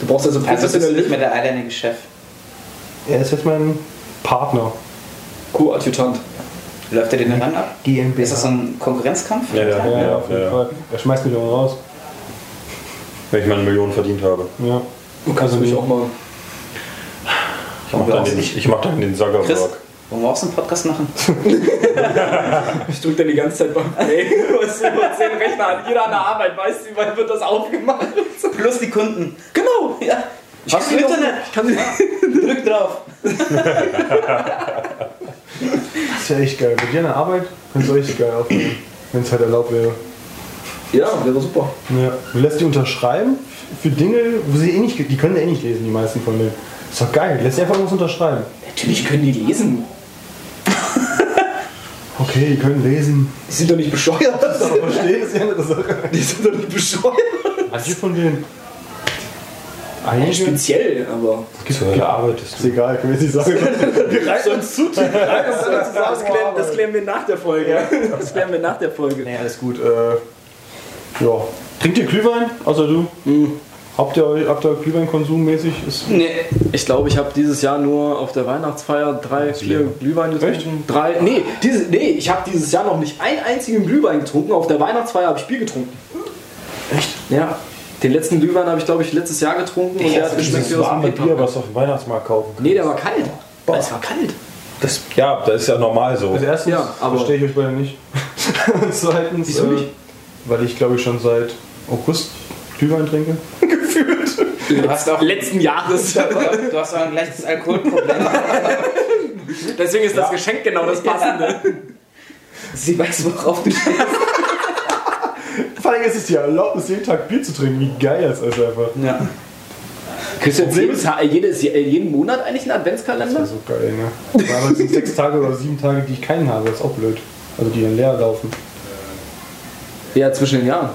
Speaker 4: Du brauchst also
Speaker 3: Also bist du nicht
Speaker 4: professionelle
Speaker 3: mehr der alleinige Chef.
Speaker 1: Er ist jetzt mein Partner.
Speaker 4: Co-Adjutant.
Speaker 3: Läuft er den dann ab?
Speaker 1: GmbH.
Speaker 3: Ist das so ein Konkurrenzkampf?
Speaker 2: Ja, ja,
Speaker 1: ja, ja, auf jeden
Speaker 2: ja.
Speaker 1: Fall. Er schmeißt mich auch raus.
Speaker 2: Wenn ich meine Millionen verdient habe.
Speaker 1: Ja.
Speaker 4: Du kannst
Speaker 1: Also
Speaker 4: mich
Speaker 1: nee.
Speaker 4: auch mal.
Speaker 2: Ich mach dann den, ich mach dann den
Speaker 3: Chris,
Speaker 2: Zuckerberg.
Speaker 3: wollen wir auch so einen Podcast machen?
Speaker 4: Ich drück dir die ganze Zeit beim Play. Du hast immer zehn Rechner an jeder an der Arbeit. Weißt du, wann wird das aufgemacht?
Speaker 3: Plus die Kunden.
Speaker 4: Genau.
Speaker 3: Ja. Ich
Speaker 4: Hast
Speaker 3: hab's
Speaker 4: du
Speaker 3: im
Speaker 4: noch-
Speaker 3: Internet. Ah,
Speaker 4: Ich kann sie
Speaker 3: Drück drauf.
Speaker 1: Das ist ja echt geil. Mit dir an der Arbeit kannst du richtig geil aufnehmen. Wenn es halt erlaubt wäre.
Speaker 4: Ja, wäre super.
Speaker 1: Ja. Du lässt die unterschreiben für Dinge, wo sie eh nicht, die können ja eh nicht lesen, die meisten von denen. Ist doch geil. Lässt sie einfach was unterschreiben.
Speaker 4: Natürlich können die lesen.
Speaker 1: Okay, die können lesen.
Speaker 4: Die sind doch nicht bescheuert.
Speaker 1: Aber verstehen ist ja eine andere Sache.
Speaker 4: Die sind doch nicht bescheuert.
Speaker 1: Manche von denen.
Speaker 4: Ja,
Speaker 1: Einige.
Speaker 4: speziell, aber.
Speaker 2: Zur arbeitest
Speaker 1: Ist egal, können wir jetzt nicht sagen.
Speaker 4: Wir reißen uns zu. Das, das, klären, das klären wir nach der Folge. Das klären wir nach der Folge.
Speaker 1: Nee, alles gut. Äh, ja. Trinkt ihr Glühwein? Außer du?
Speaker 4: Mhm.
Speaker 1: Habt ihr, habt ihr Glühweinkonsum mäßig? Ist,
Speaker 3: Nee.
Speaker 4: Ich glaube, ich habe dieses Jahr nur auf der Weihnachtsfeier drei, vier Glühwein getrunken. Drei. Nee, dieses, nee ich habe dieses Jahr noch nicht einen einzigen Glühwein getrunken. Auf der Weihnachtsfeier habe ich Bier getrunken. Echt? Ja. Den letzten Glühwein habe ich, glaube ich, letztes Jahr getrunken. Und der hat geschmeckt wie aus dem Paper.
Speaker 2: was du auf dem Weihnachtsmarkt kaufen
Speaker 4: Nee, der war kalt. Es war kalt.
Speaker 2: Das, ja, das ist ja normal so.
Speaker 1: Also erstens
Speaker 4: Ja, aber-
Speaker 1: verstehe ich euch beide nicht. Und zweitens, äh,
Speaker 4: Wieso nicht?
Speaker 1: weil ich glaube ich schon seit August Glühwein trinke.
Speaker 3: Du hast auch,
Speaker 4: Letzten Jahres.
Speaker 3: du hast auch ein leichtes Alkoholproblem.
Speaker 4: Deswegen ist das Geschenk genau das Passende.
Speaker 3: Sie weiß, worauf du stehst.
Speaker 1: Vor allem ist es die Erlaubnis, jeden Tag Bier zu trinken. Wie geil ist das einfach.
Speaker 3: Ja.
Speaker 4: Kriegst du jetzt jeden, Tag- jedes, jeden Monat eigentlich einen Adventskalender?
Speaker 1: Das ist so geil, ne? Aber es sind sechs Tage oder sieben Tage, die ich keinen habe. Das ist auch blöd. Also die dann leer laufen.
Speaker 4: Ja, zwischen den Jahren.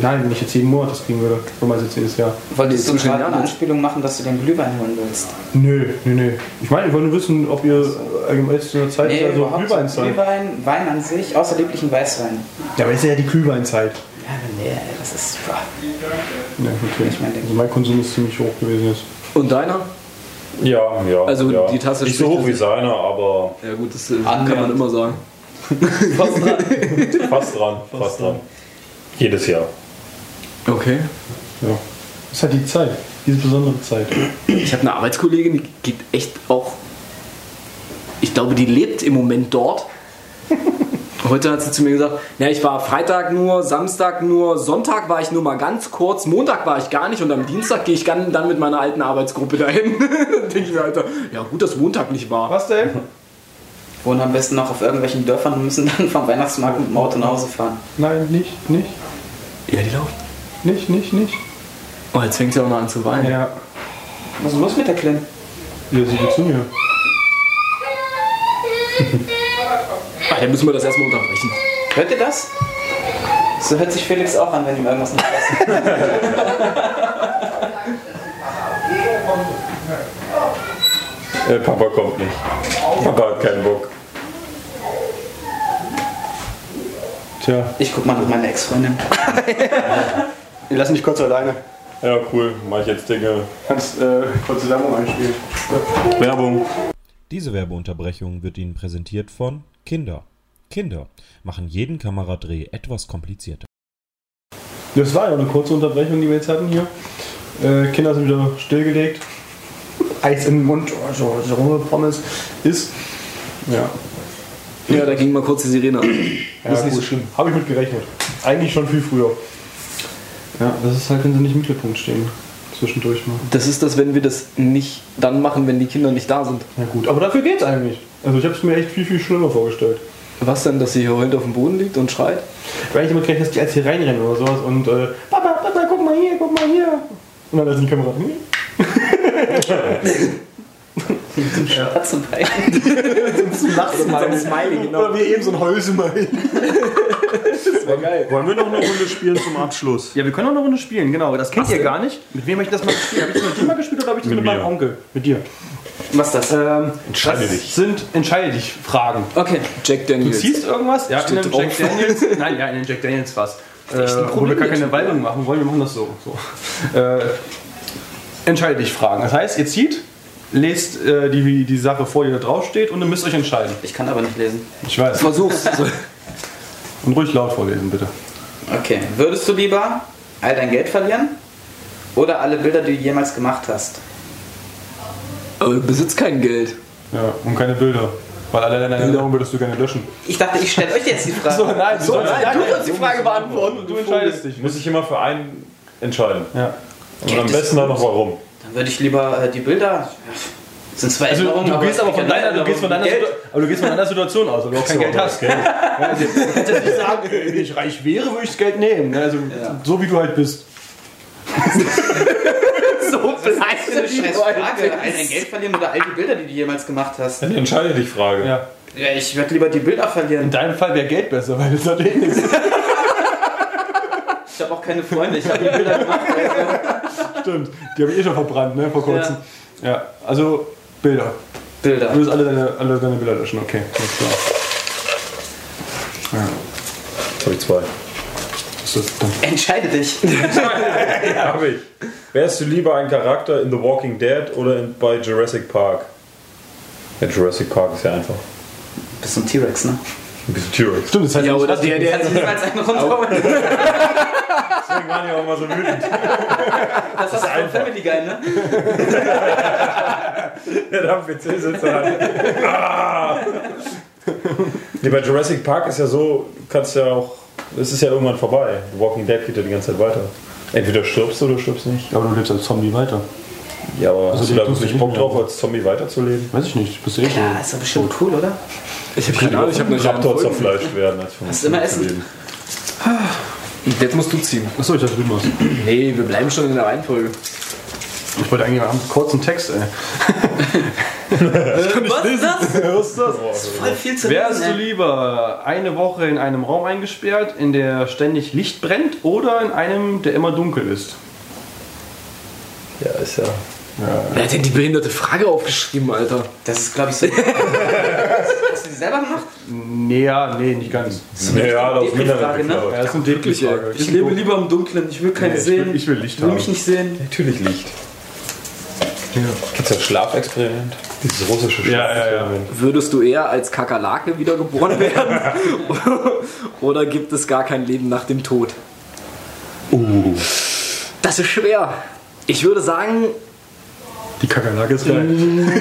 Speaker 1: Nein, wenn ich jetzt jeden Monat das kriegen würde, wo meinst du jetzt jedes Jahr?
Speaker 3: Wolltest du
Speaker 4: Zwischen den
Speaker 3: gerade eine
Speaker 4: Jahren.
Speaker 3: Anspielung machen, dass du den Glühwein holen willst?
Speaker 1: Nö, nö, nö. Ich meine, ich wollte nur wissen, ob ihr allgemein zu einer Zeit nee, also
Speaker 3: überhaupt nicht.
Speaker 1: Glühwein seid.
Speaker 3: Glühwein, Wein an sich, außer lieblichen Weißwein.
Speaker 1: Ja, aber ist ja die Glühweinzeit.
Speaker 3: Ja, aber nee, ey, das ist super.
Speaker 1: Ja, okay.
Speaker 3: Ich mein,
Speaker 1: also mein Konsum ist ziemlich hoch gewesen jetzt.
Speaker 4: Und deiner?
Speaker 2: Ja, ja.
Speaker 4: Also
Speaker 2: ja.
Speaker 4: die Tasse
Speaker 2: Nicht so
Speaker 4: spricht
Speaker 2: hoch wie seiner, aber
Speaker 4: Ja gut, das äh,
Speaker 3: Annähernd.
Speaker 4: kann man immer sagen.
Speaker 2: fast dran. Fast dran. Jedes Jahr.
Speaker 4: Okay.
Speaker 1: Ja. Ist halt die Zeit. Diese besondere Zeit.
Speaker 4: Ich habe eine Arbeitskollegin, die geht echt auch. Ich glaube, die lebt im Moment dort. Heute hat sie zu mir gesagt, ja, ich war Freitag nur, Samstag nur, Sonntag war ich nur mal ganz kurz, Montag war ich gar nicht und am Dienstag gehe ich gan- dann mit meiner alten Arbeitsgruppe dahin. Denke ich mir, Alter, ja gut, dass Montag nicht war.
Speaker 1: Was denn?
Speaker 3: Wohnen am besten noch auf irgendwelchen Dörfern und müssen dann vom Weihnachtsmarkt mit dem Auto nach Hause fahren.
Speaker 1: Nein, nicht, nicht,
Speaker 4: Ja, die läuft.
Speaker 1: nicht, nicht, nicht.
Speaker 4: Oh, jetzt fängt sie auch mal an zu weinen.
Speaker 1: Ja.
Speaker 3: Was ist los mit der Kleinen?
Speaker 1: Ja, sie geht zu mir.
Speaker 4: Ah, dann müssen wir das erstmal unterbrechen.
Speaker 3: Hört ihr das? So hört sich Felix auch an, wenn ihm irgendwas nicht passt.
Speaker 2: Äh, Papa kommt nicht. Papa hat keinen Bock.
Speaker 1: Tja.
Speaker 3: Ich guck mal nach meiner Ex-Freundin.
Speaker 1: Lass mich kurz alleine.
Speaker 2: Ja, cool. Mach ich jetzt Dinge.
Speaker 1: Kannst äh, kurze Werbung einspielen.
Speaker 2: Werbung.
Speaker 6: Diese Werbeunterbrechung wird Ihnen präsentiert von Kinder. Kinder machen jeden Kameradreh etwas komplizierter.
Speaker 1: Das war ja eine kurze Unterbrechung, die wir jetzt hatten hier. Äh, Kinder sind wieder stillgelegt. Eis im Mund, oh, so, so runde Pommes ist. Ja,
Speaker 4: Ja, da ging mal kurz die Sirene an.
Speaker 1: ja ist nicht so schlimm. Habe ich mit gerechnet. Eigentlich schon viel früher. Ja, das ist halt, wenn sie nicht im Mittelpunkt stehen. Zwischendurch mal.
Speaker 4: Das ist das, wenn wir das nicht dann machen, wenn die Kinder nicht da sind.
Speaker 1: Na gut, aber dafür geht's eigentlich. Also ich habe es mir echt viel, viel schlimmer vorgestellt.
Speaker 4: Was denn, dass sie hier heute auf dem Boden liegt und schreit?
Speaker 1: Weil ich immer gerechnet, dass die als hier reinrennen oder sowas und äh, Papa, Papa, guck mal hier, guck mal hier. Und dann ist die Kamera. Hm?
Speaker 3: Schwarze Beine.
Speaker 4: Ein Smiley, genau.
Speaker 1: Oder wie eben so ein Häusemeil.
Speaker 2: Wollen wir noch eine Runde spielen zum Abschluss?
Speaker 1: Ja, wir können auch eine Runde spielen, genau. Das kennt ihr gar nicht. Mit wem habe ich das mal gespielt? Habe ich das mit dir mal gespielt oder habe ich das mit,
Speaker 2: Mit
Speaker 1: meinem
Speaker 2: mir.
Speaker 1: Onkel? Mit dir.
Speaker 3: Was ist das?
Speaker 1: Ähm,
Speaker 2: Entscheide
Speaker 1: das
Speaker 2: dich.
Speaker 1: sind entscheide dich Fragen.
Speaker 3: Okay.
Speaker 4: Jack
Speaker 1: Du
Speaker 4: Daniels.
Speaker 1: siehst irgendwas? Ja,
Speaker 4: Steht drauf.
Speaker 1: Daniels. Nein, ja, in den Jack Daniels was. Äh, wo wir
Speaker 4: Problem
Speaker 1: gar keine Werbung machen wollen, wir machen das so. so. Äh, entscheide dich Fragen. Das heißt, ihr zieht, lest äh, die, die Sache vor, die da draufsteht und ihr müsst euch entscheiden.
Speaker 3: Ich kann aber nicht lesen.
Speaker 1: Ich weiß.
Speaker 4: Versuch's.
Speaker 1: Und ruhig laut vorlesen, bitte.
Speaker 3: Okay. Würdest du lieber all dein Geld verlieren? Oder alle Bilder, die du jemals gemacht hast?
Speaker 4: Aber du besitzt kein Geld.
Speaker 1: Ja, und keine Bilder. Weil alle deine Erinnerungen würdest du gerne löschen.
Speaker 3: Ich dachte, ich stelle euch jetzt die Frage.
Speaker 1: nein, so,
Speaker 4: Du kannst die Frage beantworten.
Speaker 1: Du entscheidest dich.
Speaker 2: Muss ich immer für einen entscheiden.
Speaker 1: Ja.
Speaker 2: Und am besten dann noch warum.
Speaker 3: Dann würde ich lieber äh, die Bilder. Das sind zwei
Speaker 1: Also,
Speaker 3: Erinnerungen,
Speaker 1: du gehst aber von
Speaker 3: ich kann
Speaker 1: deiner, du gehst von deiner,
Speaker 3: Geld.
Speaker 1: Situ- aber du gehst von deiner Situation aus, weil du auch kein Geld hast.
Speaker 2: Geld.
Speaker 1: Ja, also, du kannst jetzt nicht sagen, wenn ich reich wäre, würde ich das Geld nehmen. ne? Also, So wie du halt bist.
Speaker 3: Das heißt, eine
Speaker 4: die
Speaker 3: scheiß
Speaker 4: Leute.
Speaker 3: Frage. All dein Geld verlieren oder all die Bilder, die du jemals gemacht hast?
Speaker 2: Dann entscheide dich Frage.
Speaker 1: Ja.
Speaker 3: Ja, ich würde lieber die Bilder verlieren.
Speaker 1: In deinem Fall wäre Geld besser, weil das hat eh nichts.
Speaker 3: Ich habe auch keine Freunde, ich habe die Bilder gemacht. Also.
Speaker 1: Stimmt. Die habe ich eh schon verbrannt, ne, vor kurzem. Ja, also Bilder.
Speaker 3: Bilder.
Speaker 1: Du wirst alle deine, alle deine Bilder löschen, okay. Alles klar. Ja,
Speaker 2: Jetzt habe ich zwei.
Speaker 1: das ist dann.
Speaker 3: Entscheide dich.
Speaker 2: Habe ich. Wärst du lieber ein Charakter in The Walking Dead oder in, bei Jurassic Park? Ja, Jurassic Park ist ja einfach.
Speaker 3: Bist ein T-Rex, ne?
Speaker 2: Ein bisschen T-Rex.
Speaker 1: Stimmt, Oh, das heißt,
Speaker 4: Ja, oder der, der.
Speaker 3: Also niemals einen Also, runterholen.
Speaker 2: Deswegen waren die auch immer so wütend.
Speaker 3: Das ist ein Family Guy, ne?
Speaker 2: Der am PC sitzt und halt. Ah! nee, bei Jurassic Park ist ja so, du kannst ja auch. Es ist ja irgendwann vorbei. The Walking Dead geht ja die ganze Zeit weiter. Entweder stirbst du oder stirbst nicht.
Speaker 1: aber du lebst als Zombie weiter.
Speaker 2: Ja, aber hast du
Speaker 7: den
Speaker 2: da
Speaker 7: tust du
Speaker 2: wirklich
Speaker 7: nicht
Speaker 2: Bock
Speaker 7: mehr.
Speaker 2: drauf, als Zombie weiterzuleben?
Speaker 7: Weiß ich nicht, bist du eh
Speaker 3: Ja, ist doch bestimmt cool, oder?
Speaker 4: Ich habe keine Ahnung, ich habe
Speaker 2: Ein
Speaker 4: noch
Speaker 2: Raptor zerfleischt werden. Als
Speaker 3: Hast du immer Essen?
Speaker 4: Jetzt musst du ziehen.
Speaker 7: Achso, ich dachte, du machst.
Speaker 4: Nee, wir bleiben schon in der Reihenfolge.
Speaker 7: Ich wollte eigentlich einen kurzen Text, ey.
Speaker 3: Was ist das?
Speaker 1: Was ist das?
Speaker 3: Voll viel zu
Speaker 1: Wärst du
Speaker 3: reden, ey.
Speaker 1: lieber eine Woche in einem Raum eingesperrt, in der ständig Licht brennt, oder in einem, der immer dunkel ist?
Speaker 2: Ja, ist ja.
Speaker 4: Wer hat denn die behinderte Frage aufgeschrieben, Alter?
Speaker 3: Das ist, glaube ich, so. Hast du die selber gemacht?
Speaker 1: Nee, ja, nee, nicht ganz.
Speaker 2: Naja, das
Speaker 3: dicke Frage, ne?
Speaker 1: Ja, das ist eine
Speaker 4: Wirklich,
Speaker 1: dämliche
Speaker 4: ey.
Speaker 1: Frage.
Speaker 5: Ich lebe lieber im Dunkeln, ich will keine
Speaker 2: Nee, ich will-
Speaker 5: sehen.
Speaker 2: ich will Licht
Speaker 5: will
Speaker 2: haben.
Speaker 5: mich nicht sehen.
Speaker 2: Natürlich Licht. Gibt's ja Schlafexperiment? Dieses russische Schlafexperiment.
Speaker 4: Würdest du eher als Kakerlake wiedergeboren werden? Oder gibt es gar kein Leben nach dem Tod? Das ist schwer. Ich würde sagen,
Speaker 7: Die Kakerlake ist geil.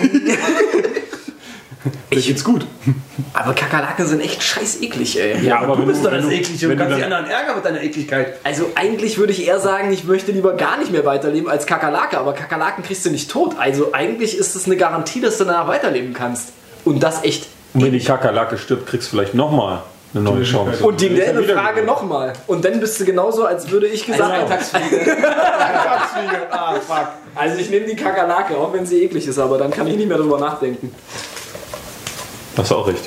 Speaker 4: ich geht's gut. Aber Kakerlaken sind echt scheiß eklig, ey.
Speaker 5: Ja, aber du bist doch das Eklige und
Speaker 2: wenn du
Speaker 5: kannst die
Speaker 2: dann-
Speaker 5: anderen ärgern mit deiner Ekligkeit.
Speaker 4: Also eigentlich würde ich eher sagen, ich möchte lieber gar nicht mehr weiterleben als Kakerlake, aber Kakerlaken kriegst du nicht tot. Also eigentlich ist es eine Garantie, dass du danach weiterleben kannst. Und das echt.
Speaker 2: Und wenn die Kakerlake stirbt, kriegst du vielleicht nochmal eine
Speaker 3: Mhm.
Speaker 2: neue Chance.
Speaker 4: Und dieselbe Frage nochmal. Und dann bist du genauso, als würde ich gesagt haben.
Speaker 1: Ah, fuck.
Speaker 4: Also ich nehme die Kakerlake, auch wenn sie eklig ist, aber dann kann ich nicht mehr drüber nachdenken.
Speaker 2: Hast du auch recht.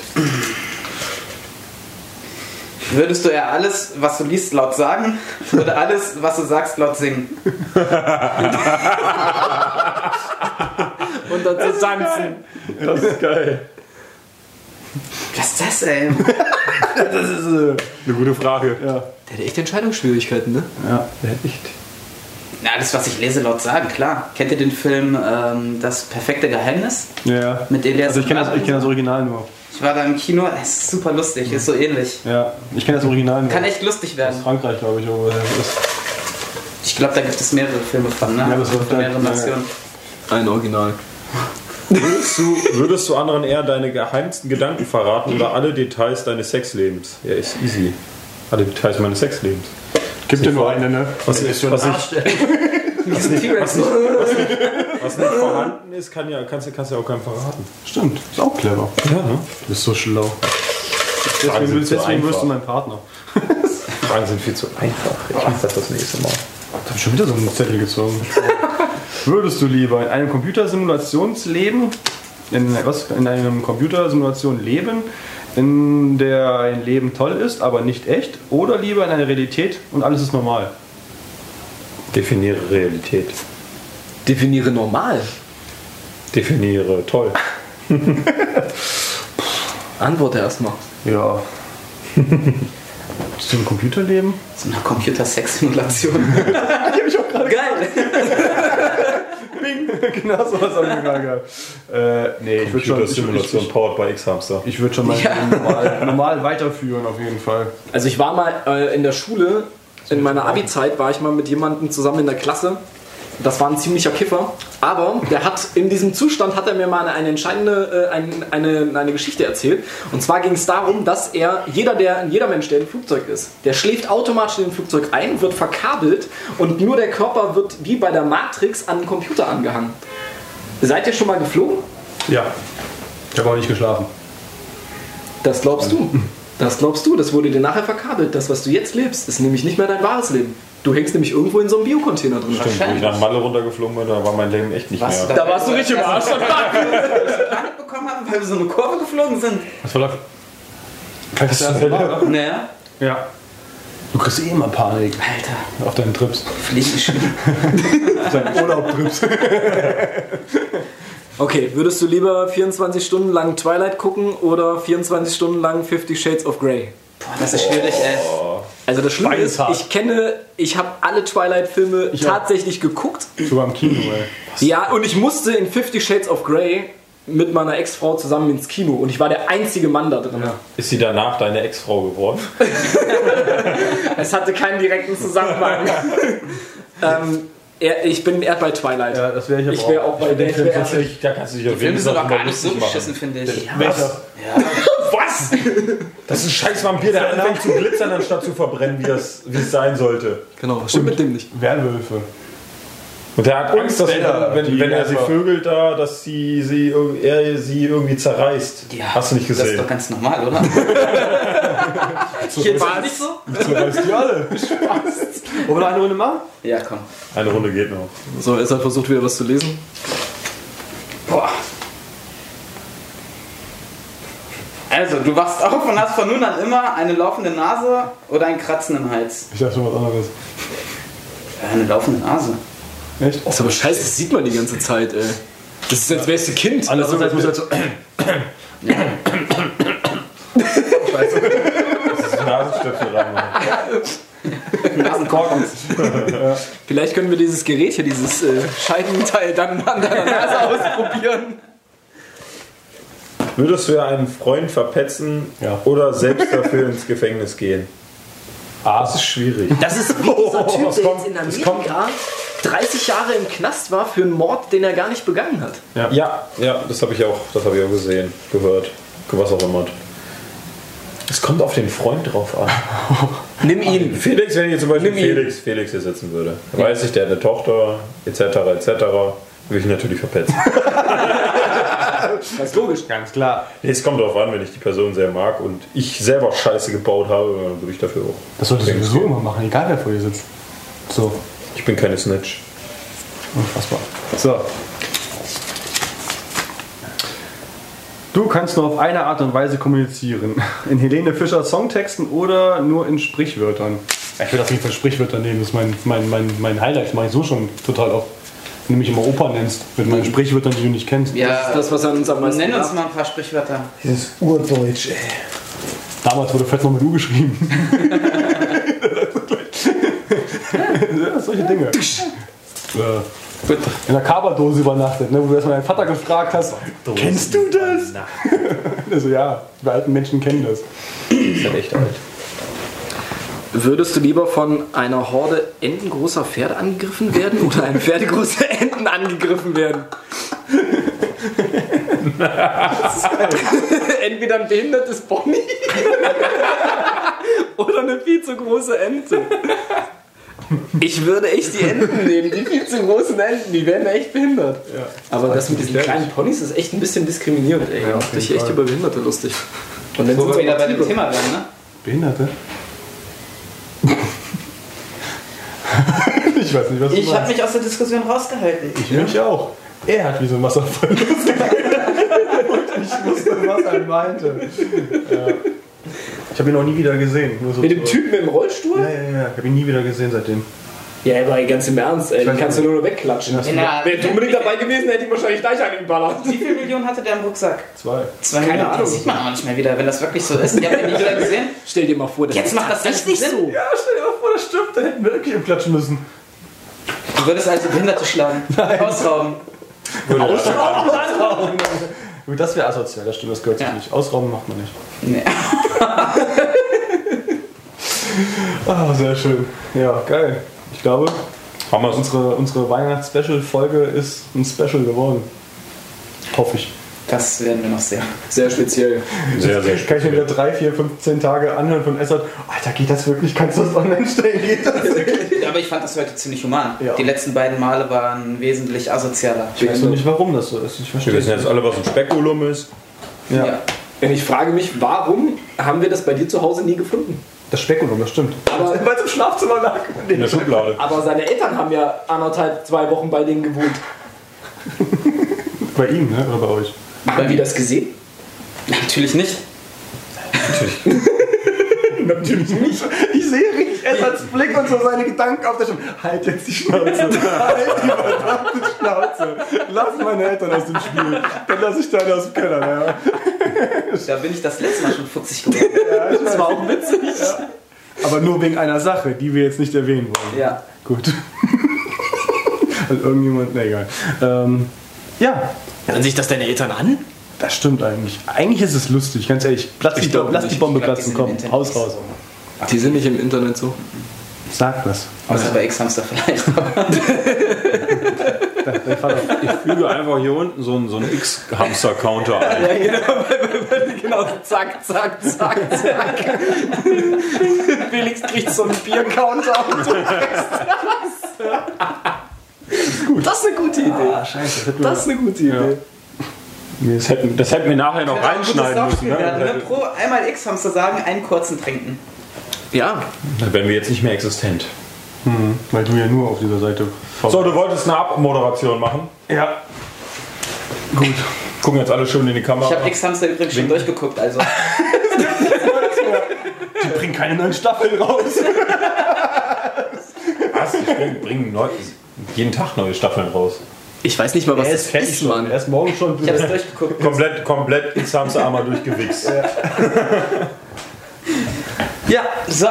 Speaker 3: Würdest du eher alles, was du liest, laut sagen? Oder alles, was du sagst, laut singen?
Speaker 4: Und dazu tanzen.
Speaker 2: Das ist geil.
Speaker 3: Was ist das, ey?
Speaker 2: Eine gute Frage.
Speaker 4: Der hat echt Entscheidungsschwierigkeiten, ne?
Speaker 7: Ja, echt.
Speaker 3: Na, alles, was ich lese, laut sagen, klar. Kennt ihr den Film ähm, Das perfekte Geheimnis?
Speaker 1: Ja.
Speaker 3: Mit Elias
Speaker 1: Also ich kenne das, ich kenn das Original nur.
Speaker 3: Ich war da im Kino, es ist super lustig, ist so ähnlich.
Speaker 1: Ja, ich kenne das Original nur.
Speaker 3: Kann echt lustig werden.
Speaker 1: Frankreich, glaube ich, wo das ist.
Speaker 3: Ich glaube, da gibt es mehrere Filme von, ne?
Speaker 1: Ja, das wird
Speaker 3: von mehreren
Speaker 1: dann-
Speaker 3: Nationen.
Speaker 4: Ein Original.
Speaker 2: Würdest du, würdest du anderen eher deine geheimsten Gedanken verraten oder alle Details deines Sexlebens? Ja, ist easy. Alle Details meines Sexlebens.
Speaker 7: Gibt ja nur eine, ne?
Speaker 2: Was, was, was, nicht,
Speaker 3: T-Rex.
Speaker 2: was nicht vorhanden ist, kann ja, kannst, du- kannst du ja auch keinem verraten.
Speaker 7: Stimmt, ist auch clever.
Speaker 2: Ja, ne?
Speaker 7: Du bist so schlau.
Speaker 2: Fragen
Speaker 1: Deswegen,
Speaker 2: sind zu
Speaker 1: deswegen wirst du
Speaker 2: einfach.
Speaker 1: mein Partner.
Speaker 2: Fragen sind viel zu einfach. Ich mach das das nächste Mal.
Speaker 7: Jetzt hab ich schon wieder so einen Zettel gezogen.
Speaker 1: Würdest du lieber in einem Computersimulationsleben, in, was, in einem Computersimulation leben, in der ein Leben toll ist, aber nicht echt, oder lieber in einer Realität und alles ist normal?
Speaker 2: Definiere Realität.
Speaker 4: Definiere normal.
Speaker 2: Definiere toll.
Speaker 4: Antworte erstmal.
Speaker 7: Ja. Bist du im Computerleben?
Speaker 3: So eine Computer-Sex-Simulation. Geil!
Speaker 1: genau so was habe ich mir gerade gehabt. Äh, nee, ich würde schon, ich, ich,
Speaker 2: Computersimulation powered by X-Hamster.
Speaker 1: ich würd schon mein Leben normal, normal weiterführen, auf jeden Fall.
Speaker 4: Also ich war mal äh, in der Schule, in meiner Abi-Zeit war ich mal mit jemandem zusammen in der Klasse. Das war ein ziemlicher Kiffer, aber der hat in diesem Zustand hat er mir mal eine, eine entscheidende äh, ein, eine, eine Geschichte erzählt. Und zwar ging es darum, dass er jeder der jeder Mensch, der im Flugzeug ist, der schläft automatisch in dem Flugzeug ein, wird verkabelt und nur der Körper wird wie bei der Matrix an den Computer angehangen. Seid ihr schon mal geflogen?
Speaker 1: Ja. Ich habe auch nicht geschlafen.
Speaker 4: Das glaubst du. Das glaubst du. Das wurde dir nachher verkabelt. Das, was du jetzt lebst, ist nämlich nicht mehr dein wahres Leben. Du hängst nämlich irgendwo in so einem Biocontainer drin.
Speaker 2: Stimmt, wo ich nach Malle runtergeflogen bin, da war mein Leben echt nicht
Speaker 3: Warst du
Speaker 2: mehr.
Speaker 3: da warst du richtig im Arsch. bekommen haben, weil wir so eine Kurve geflogen sind.
Speaker 7: Was war da? Kannst du das halt
Speaker 3: Naja.
Speaker 1: Ja.
Speaker 7: Du kriegst eh immer Panik
Speaker 3: Alter,
Speaker 7: auf deinen Trips.
Speaker 3: fliegen schon.
Speaker 7: Auf deinen Urlaubtrips.
Speaker 4: Okay, würdest du lieber 24 Stunden lang Twilight gucken oder 24 Stunden lang 50 Shades of Grey?
Speaker 3: Boah, das ist schwierig, ey.
Speaker 1: Oh,
Speaker 4: Also das Schlimme
Speaker 7: Beides
Speaker 4: ist,
Speaker 7: hart.
Speaker 4: ich kenne, ich habe alle Twilight-Filme tatsächlich geguckt.
Speaker 7: Sogar im Kino, ey.
Speaker 4: Ja, und ich musste in 50 Shades of Grey mit meiner Ex-Frau zusammen ins Kino und ich war der einzige Mann da drin.
Speaker 2: Ist sie danach deine Ex-Frau geworden?
Speaker 4: Es hatte keinen direkten Zusammenhang. ähm, er, ich bin eher bei Twilight.
Speaker 1: Ja, das wäre ich aber
Speaker 4: Ich wäre auch bei
Speaker 2: Den
Speaker 4: der
Speaker 2: Film
Speaker 4: wär-
Speaker 2: tatsächlich, da kannst du dich auf
Speaker 3: Film
Speaker 2: jeden
Speaker 3: ist
Speaker 2: Fall
Speaker 3: aber
Speaker 2: drüber
Speaker 3: gar nicht so
Speaker 2: lustig machen.
Speaker 3: beschissen, finde ich.
Speaker 2: Welcher? Was? Das ist ein scheiß Vampir, der anfängt zu glitzern,
Speaker 4: Oh,
Speaker 2: anstatt zu verbrennen, wie, das, wie es sein sollte.
Speaker 4: Genau, stimmt mit dem nicht.
Speaker 7: Werwölfe.
Speaker 2: Und er hat Angst, dass
Speaker 1: Bella,
Speaker 2: er, wenn,
Speaker 1: die
Speaker 2: wenn er sie
Speaker 1: einfach-
Speaker 2: vögelt da, dass sie, sie, irg- er sie irgendwie zerreißt.
Speaker 3: Ja,
Speaker 2: Hast du nicht
Speaker 3: Das ist
Speaker 2: gesehen?
Speaker 3: doch ganz normal, oder? Jetzt ist nicht so?
Speaker 1: Zerreißt die alle.
Speaker 8: Wollen wir noch eine Runde machen?
Speaker 3: Ja, komm.
Speaker 2: Eine Runde geht noch.
Speaker 4: So, es hat versucht wieder was zu lesen.
Speaker 3: Boah. Also, du wachst auf und hast von nun an immer eine laufende Nase oder ein Kratzen im Hals.
Speaker 1: Ich dachte schon was anderes.
Speaker 3: Ja, eine laufende Nase.
Speaker 1: Echt?
Speaker 4: Ist aber scheiße, das sieht man die ganze Zeit, ey. Das ist, als wärst du Kind. Also,
Speaker 8: Andererseits muss er so,
Speaker 2: Nasenstöpsel rein.
Speaker 3: Nasenkorken.
Speaker 4: vielleicht können wir dieses Gerät hier, dieses äh, Scheidenteil, dann an deiner Nase ausprobieren.
Speaker 2: Würdest du ja einen Freund verpetzen
Speaker 1: Ja.
Speaker 2: oder selbst dafür ins Gefängnis gehen?
Speaker 1: Ah, das ist schwierig.
Speaker 9: Das ist wie dieser Typ,
Speaker 2: es
Speaker 9: der
Speaker 2: kommt-
Speaker 9: jetzt in
Speaker 2: es kommt-
Speaker 9: Amerika 30 Jahre im Knast war für einen Mord, den er gar nicht begangen hat.
Speaker 2: Ja, ja, das habe ich auch, das habe ich auch gesehen, gehört, was auch immer. Es kommt auf den Freund drauf an.
Speaker 4: Nimm ihn.
Speaker 2: Felix, wenn ich jetzt zum Beispiel
Speaker 4: Nimm ihn.
Speaker 2: Felix, Felix hier sitzen würde, dann weiß ich, der hat eine Tochter, etc., etc., würde ich ihn natürlich verpetzen.
Speaker 4: Das ist logisch.
Speaker 8: ganz klar.
Speaker 2: Nee, es kommt darauf an, wenn ich die Person sehr mag und ich selber Scheiße gebaut habe, dann würde ich dafür auch.
Speaker 1: Das solltest du sowieso immer machen, egal wer vor dir sitzt. So,
Speaker 2: Ich bin keine Snitch.
Speaker 1: unfassbar.
Speaker 8: So. Du kannst nur auf eine Art und Weise kommunizieren. In Helene Fischer Songtexten oder nur in Sprichwörtern.
Speaker 1: Ja, Ich will auf jeden Fall Sprichwörter nehmen. Das ist mein, mein, mein, mein Highlight. Das mache ich so schon total oft. Wenn du mich immer Opa nennst, mit
Speaker 8: Mhm.
Speaker 1: meinen Sprichwörtern, die du nicht kennst.
Speaker 4: Das
Speaker 3: Ja,
Speaker 4: ist das, was an uns am meisten
Speaker 3: nenn uns
Speaker 4: nervt.
Speaker 3: mal ein paar Sprichwörter.
Speaker 1: Dieses Urdeutsch, ey. Damals wurde Fett noch mit U geschrieben. ja, solche Dinge. Äh, In der Kaberdose übernachtet, ne, wo du erstmal deinen Vater gefragt hast, kennst du das? Also ja, wir alten Menschen kennen das.
Speaker 2: Ist halt echt alt.
Speaker 4: Würdest du lieber von einer Horde entengroßer Pferde angegriffen werden oder ein Pferdegroßer Enten angegriffen werden? Entweder ein behindertes Pony oder eine viel zu große Ente. Ich würde echt die Enten nehmen, die viel zu großen Enten, die werden echt behindert. Aber das mit diesen kleinen Ponys ist echt ein bisschen diskriminierend, ey. Macht dich echt über Behinderte lustig. Und dann
Speaker 3: Wo
Speaker 4: sind
Speaker 3: wir
Speaker 4: sie
Speaker 3: wieder bei dem
Speaker 4: Tiere.
Speaker 3: Thema werden, ne?
Speaker 1: Behinderte? ich weiß nicht, was du
Speaker 3: Ich habe
Speaker 1: meinst.
Speaker 3: mich aus der Diskussion rausgehalten.
Speaker 1: Ich mich auch. Er hat wie so ein Wasserfall.
Speaker 8: Was er meinte. Ich habe ihn noch nie wieder gesehen. Nur so
Speaker 4: Mit dem Typen im Rollstuhl?
Speaker 8: Ja, ja, ja. Ich habe ihn nie wieder gesehen seitdem.
Speaker 4: Ja, aber ganz im Ernst, ey, den kannst du nur noch wegklatschen.
Speaker 3: In der-
Speaker 4: Wäre Dominik dabei gewesen, hätte ich wahrscheinlich gleich einen geballert.
Speaker 3: Wie viele Millionen hatte der im Rucksack?
Speaker 1: Zwei.
Speaker 3: Zwei
Speaker 4: Keine
Speaker 3: Millionen.
Speaker 4: Ahnung.
Speaker 3: Das sieht man auch nicht mehr wieder, wenn das wirklich so ist. Ich habe ihn nie wieder gesehen.
Speaker 4: Stell dir mal vor, das
Speaker 3: Jetzt macht das echt nicht so.
Speaker 1: Ja, stell dir mal vor, das stimmt. Da hätten wir wirklich im Klatschen müssen.
Speaker 3: Du würdest also Behinderte schlagen, ausrauben.
Speaker 1: Gut, das wäre asozial, das stimmt, das gehört
Speaker 3: Ja.
Speaker 1: sich nicht. Ausrauben macht man nicht.
Speaker 3: Nee.
Speaker 1: Ah, sehr schön. Ja, geil. Ich glaube,
Speaker 2: Haben wir uns
Speaker 1: unsere, unsere Weihnachts-Special-Folge ist ein Special geworden. Hoffe ich.
Speaker 3: Das werden wir noch sehen.
Speaker 4: Sehr speziell.
Speaker 2: sehr, sehr
Speaker 1: Kann ich mir wieder drei, vier, 15 Tage anhören von Essert. Alter, geht das wirklich? Kannst du das online stellen? Geht das?
Speaker 3: Ja, aber ich fand das heute ziemlich human.
Speaker 1: Ja.
Speaker 3: Die letzten beiden Male waren wesentlich asozialer.
Speaker 1: Ich weiß noch nicht, warum das so ist. Ich
Speaker 2: Wir
Speaker 1: verstehe
Speaker 2: wissen jetzt alle, was ein Spekulum ist.
Speaker 1: Ja.
Speaker 4: Und ich frage mich, warum haben wir das bei dir zu Hause nie gefunden?
Speaker 1: Das Spekulum, das stimmt.
Speaker 4: Aber,
Speaker 1: Weil es im Schlafzimmer lag.
Speaker 2: In der Schublade.
Speaker 4: aber seine Eltern haben ja anderthalb, zwei Wochen bei denen gewohnt.
Speaker 1: Bei ihm, ne? Oder bei euch?
Speaker 4: Haben die das gesehen?
Speaker 3: Natürlich nicht.
Speaker 1: Natürlich nicht. Ich sehe richtig Esserts Blick und so seine Gedanken auf der Stimme. Halt jetzt die Schnauze. halt die verdammte Schnauze. Lass meine Eltern aus dem Spiel. Dann lass ich deine aus dem Keller. Ja.
Speaker 3: Da bin ich das letzte Mal schon 40 geworden.
Speaker 1: Das war auch witzig. Aber nur wegen einer Sache, die wir jetzt nicht erwähnen wollen.
Speaker 3: Ja.
Speaker 1: Gut. Also irgendjemand, na egal. Ähm, ja,
Speaker 9: Hören sich das deine Eltern an?
Speaker 1: das stimmt eigentlich. Eigentlich ist es lustig, ganz ehrlich. Lass, die,
Speaker 4: glaube
Speaker 1: lass die Bombe
Speaker 3: Ich glaub,
Speaker 1: platzen,
Speaker 3: die sind im
Speaker 1: komm.
Speaker 3: Internet.
Speaker 1: Haus raus.
Speaker 4: Die sind nicht im Internet so.
Speaker 1: Sag das.
Speaker 3: Außer bei X-Hamster vielleicht.
Speaker 1: Dein Vater.
Speaker 2: Ich füge einfach hier unten so einen, so einen X-Hamster-Counter ein.
Speaker 4: Genau, zack, zack, zack, zack. Felix kriegt so einen Biercounter und so.
Speaker 5: Das ist eine gute Idee.
Speaker 7: scheiße.
Speaker 5: Das ist eine gute Idee.
Speaker 2: Das hätten, das hätten wir nachher noch
Speaker 3: Kann auch ein gutes
Speaker 2: reinschneiden müssen.
Speaker 3: Laufspiel
Speaker 2: Ne?
Speaker 3: werden, ne?
Speaker 2: Dann
Speaker 3: Pro einmal X haben zu sagen, einen kurzen trinken.
Speaker 5: Ja,
Speaker 2: dann wären wir jetzt nicht mehr existent.
Speaker 1: Weil du ja nur auf dieser Seite
Speaker 2: So, du wolltest eine Abmoderation machen.
Speaker 1: Ja.
Speaker 2: Gucken jetzt alle schön in die Kamera.
Speaker 3: Ich habe X-Hamster übrigens schon durchgeguckt, also.
Speaker 1: Die bringen keine neuen Staffeln raus.
Speaker 2: Was? Ich bring, bring neu, jeden Tag neue Staffeln raus.
Speaker 5: ich weiß nicht mal, was das ist, Mann.
Speaker 1: Erst morgen schon.
Speaker 3: Ich habe es durchgeguckt.
Speaker 2: Komplett, komplett ins Hamsterarmer durchgewichst.
Speaker 3: Ja, so,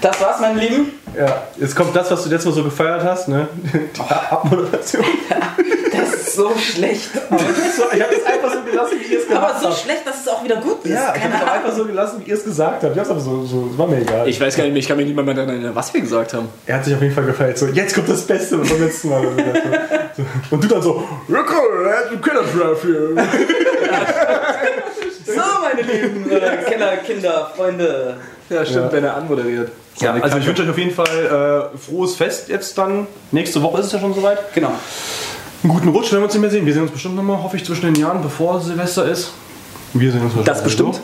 Speaker 3: das war's, meine Lieben.
Speaker 1: Ja. Jetzt kommt das, was du letztes Mal so gefeiert hast, ne? Die Abmoderation.
Speaker 3: Das ist so schlecht.
Speaker 1: Ich habe es einfach so gelassen, wie ihr es
Speaker 3: Aber so schlecht, dass es auch wieder gut ist.
Speaker 1: Ja, genau. ich habe es auch einfach so gelassen, wie ihr es gesagt habt. Ich hab's aber so, so, es war mir egal.
Speaker 5: Ich weiß gar nicht mehr, ich kann mich nicht mal mehr daran erinnern, was wir gesagt haben.
Speaker 1: er hat sich auf jeden Fall gefeiert. So, jetzt kommt das Beste vom letzten Mal. So. Und du dann so, ja cool, er hat einen Keller für.
Speaker 3: So, meine lieben äh, Kenner, Kinder, Freunde.
Speaker 4: Ja, stimmt, wenn er anmoderiert.
Speaker 1: Ja, also ich wünsche euch auf jeden Fall äh, frohes Fest jetzt dann. Nächste Woche ist es ja schon soweit.
Speaker 3: Genau.
Speaker 1: Einen guten Rutsch, wenn wir uns nicht mehr sehen. Wir sehen uns bestimmt nochmal, hoffe ich, zwischen den Jahren, bevor Silvester ist. Wir sehen uns wahrscheinlich.
Speaker 5: Das bestimmt.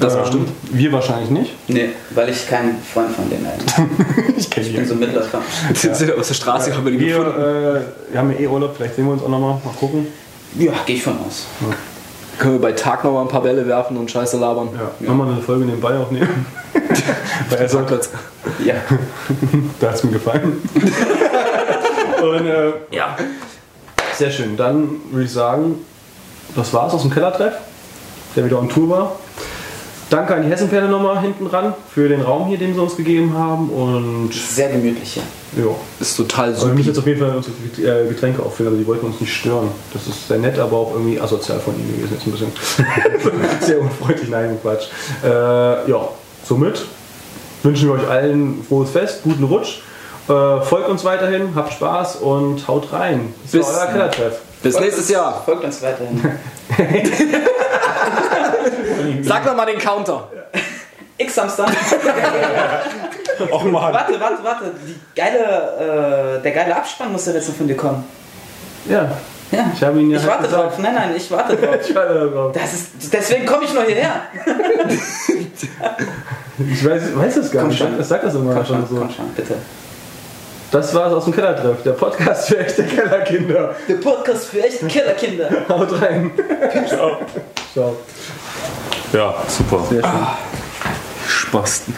Speaker 5: Das
Speaker 1: Ähm,
Speaker 5: bestimmt.
Speaker 1: Wir wahrscheinlich nicht.
Speaker 3: Nee, weil ich kein Freund von denen bin.
Speaker 1: Ich kenne
Speaker 3: Ich bin so ein Mitläufer.
Speaker 5: Sind sie aus der Straße, haben wir die
Speaker 1: Also Wir,
Speaker 5: gefunden.
Speaker 1: äh, wir haben ja eh Urlaub, vielleicht sehen wir uns auch nochmal. Mal gucken.
Speaker 3: Ja, gehe ich von aus.
Speaker 4: Können wir bei Tag nochmal ein paar Bälle werfen und Scheiße labern.
Speaker 1: Ja, nochmal eine Folge nebenbei aufnehmen. Weil er sagt,
Speaker 4: Parkplatz.
Speaker 3: Ja.
Speaker 1: da hat es mir gefallen. Und äh,
Speaker 5: Ja.
Speaker 1: sehr schön. Dann würde ich sagen, das war's aus dem Kellertreff, der wieder on Tour war. Danke an die Hessenpferde nochmal hinten ran für den Raum hier, den sie uns gegeben haben. Und
Speaker 3: Sehr gemütlich hier.
Speaker 1: ja.
Speaker 5: Ist total
Speaker 1: Also wir müssen jetzt
Speaker 5: super.
Speaker 1: auf jeden Fall unsere Get- äh, Getränke auffüllen, also die wollten uns nicht stören. Das ist sehr nett, aber auch irgendwie asozial von ihnen gewesen. Jetzt ein bisschen sehr unfreundlich, nein, Quatsch. Äh, ja, somit wünschen wir euch allen frohes Fest, guten Rutsch. Äh, folgt uns weiterhin, habt Spaß und haut rein. Das
Speaker 5: Bis-
Speaker 1: war euer Kellertreff.
Speaker 5: Bis nächstes Jahr.
Speaker 3: Folgt uns weiterhin.
Speaker 5: Sag doch mal den Counter.
Speaker 3: X-Hamster.
Speaker 2: Och Mann.
Speaker 3: Warte, warte, warte. Die geile, äh, der geile Abspann muss ja jetzt noch von dir kommen.
Speaker 1: Ja,
Speaker 3: Ja.
Speaker 1: ich habe ihn ja
Speaker 3: Ich
Speaker 1: halt
Speaker 3: warte drauf. Nein, nein, ich warte drauf.
Speaker 1: Ich warte drauf.
Speaker 3: Das ist, deswegen komme ich noch hierher.
Speaker 1: Ich weiß, weiß das gar
Speaker 3: Komm
Speaker 1: nicht.
Speaker 3: schon.
Speaker 1: Ich sag das immer
Speaker 3: Komm
Speaker 1: schon
Speaker 3: schon,
Speaker 1: so.
Speaker 3: komm schon, bitte.
Speaker 1: Das war's aus dem Kellertreff, der Podcast für echte Kellerkinder.
Speaker 3: Der Podcast für echte Killerkinder.
Speaker 1: Haut rein. Ciao. Ciao.
Speaker 2: Ja, super.
Speaker 5: Spasten.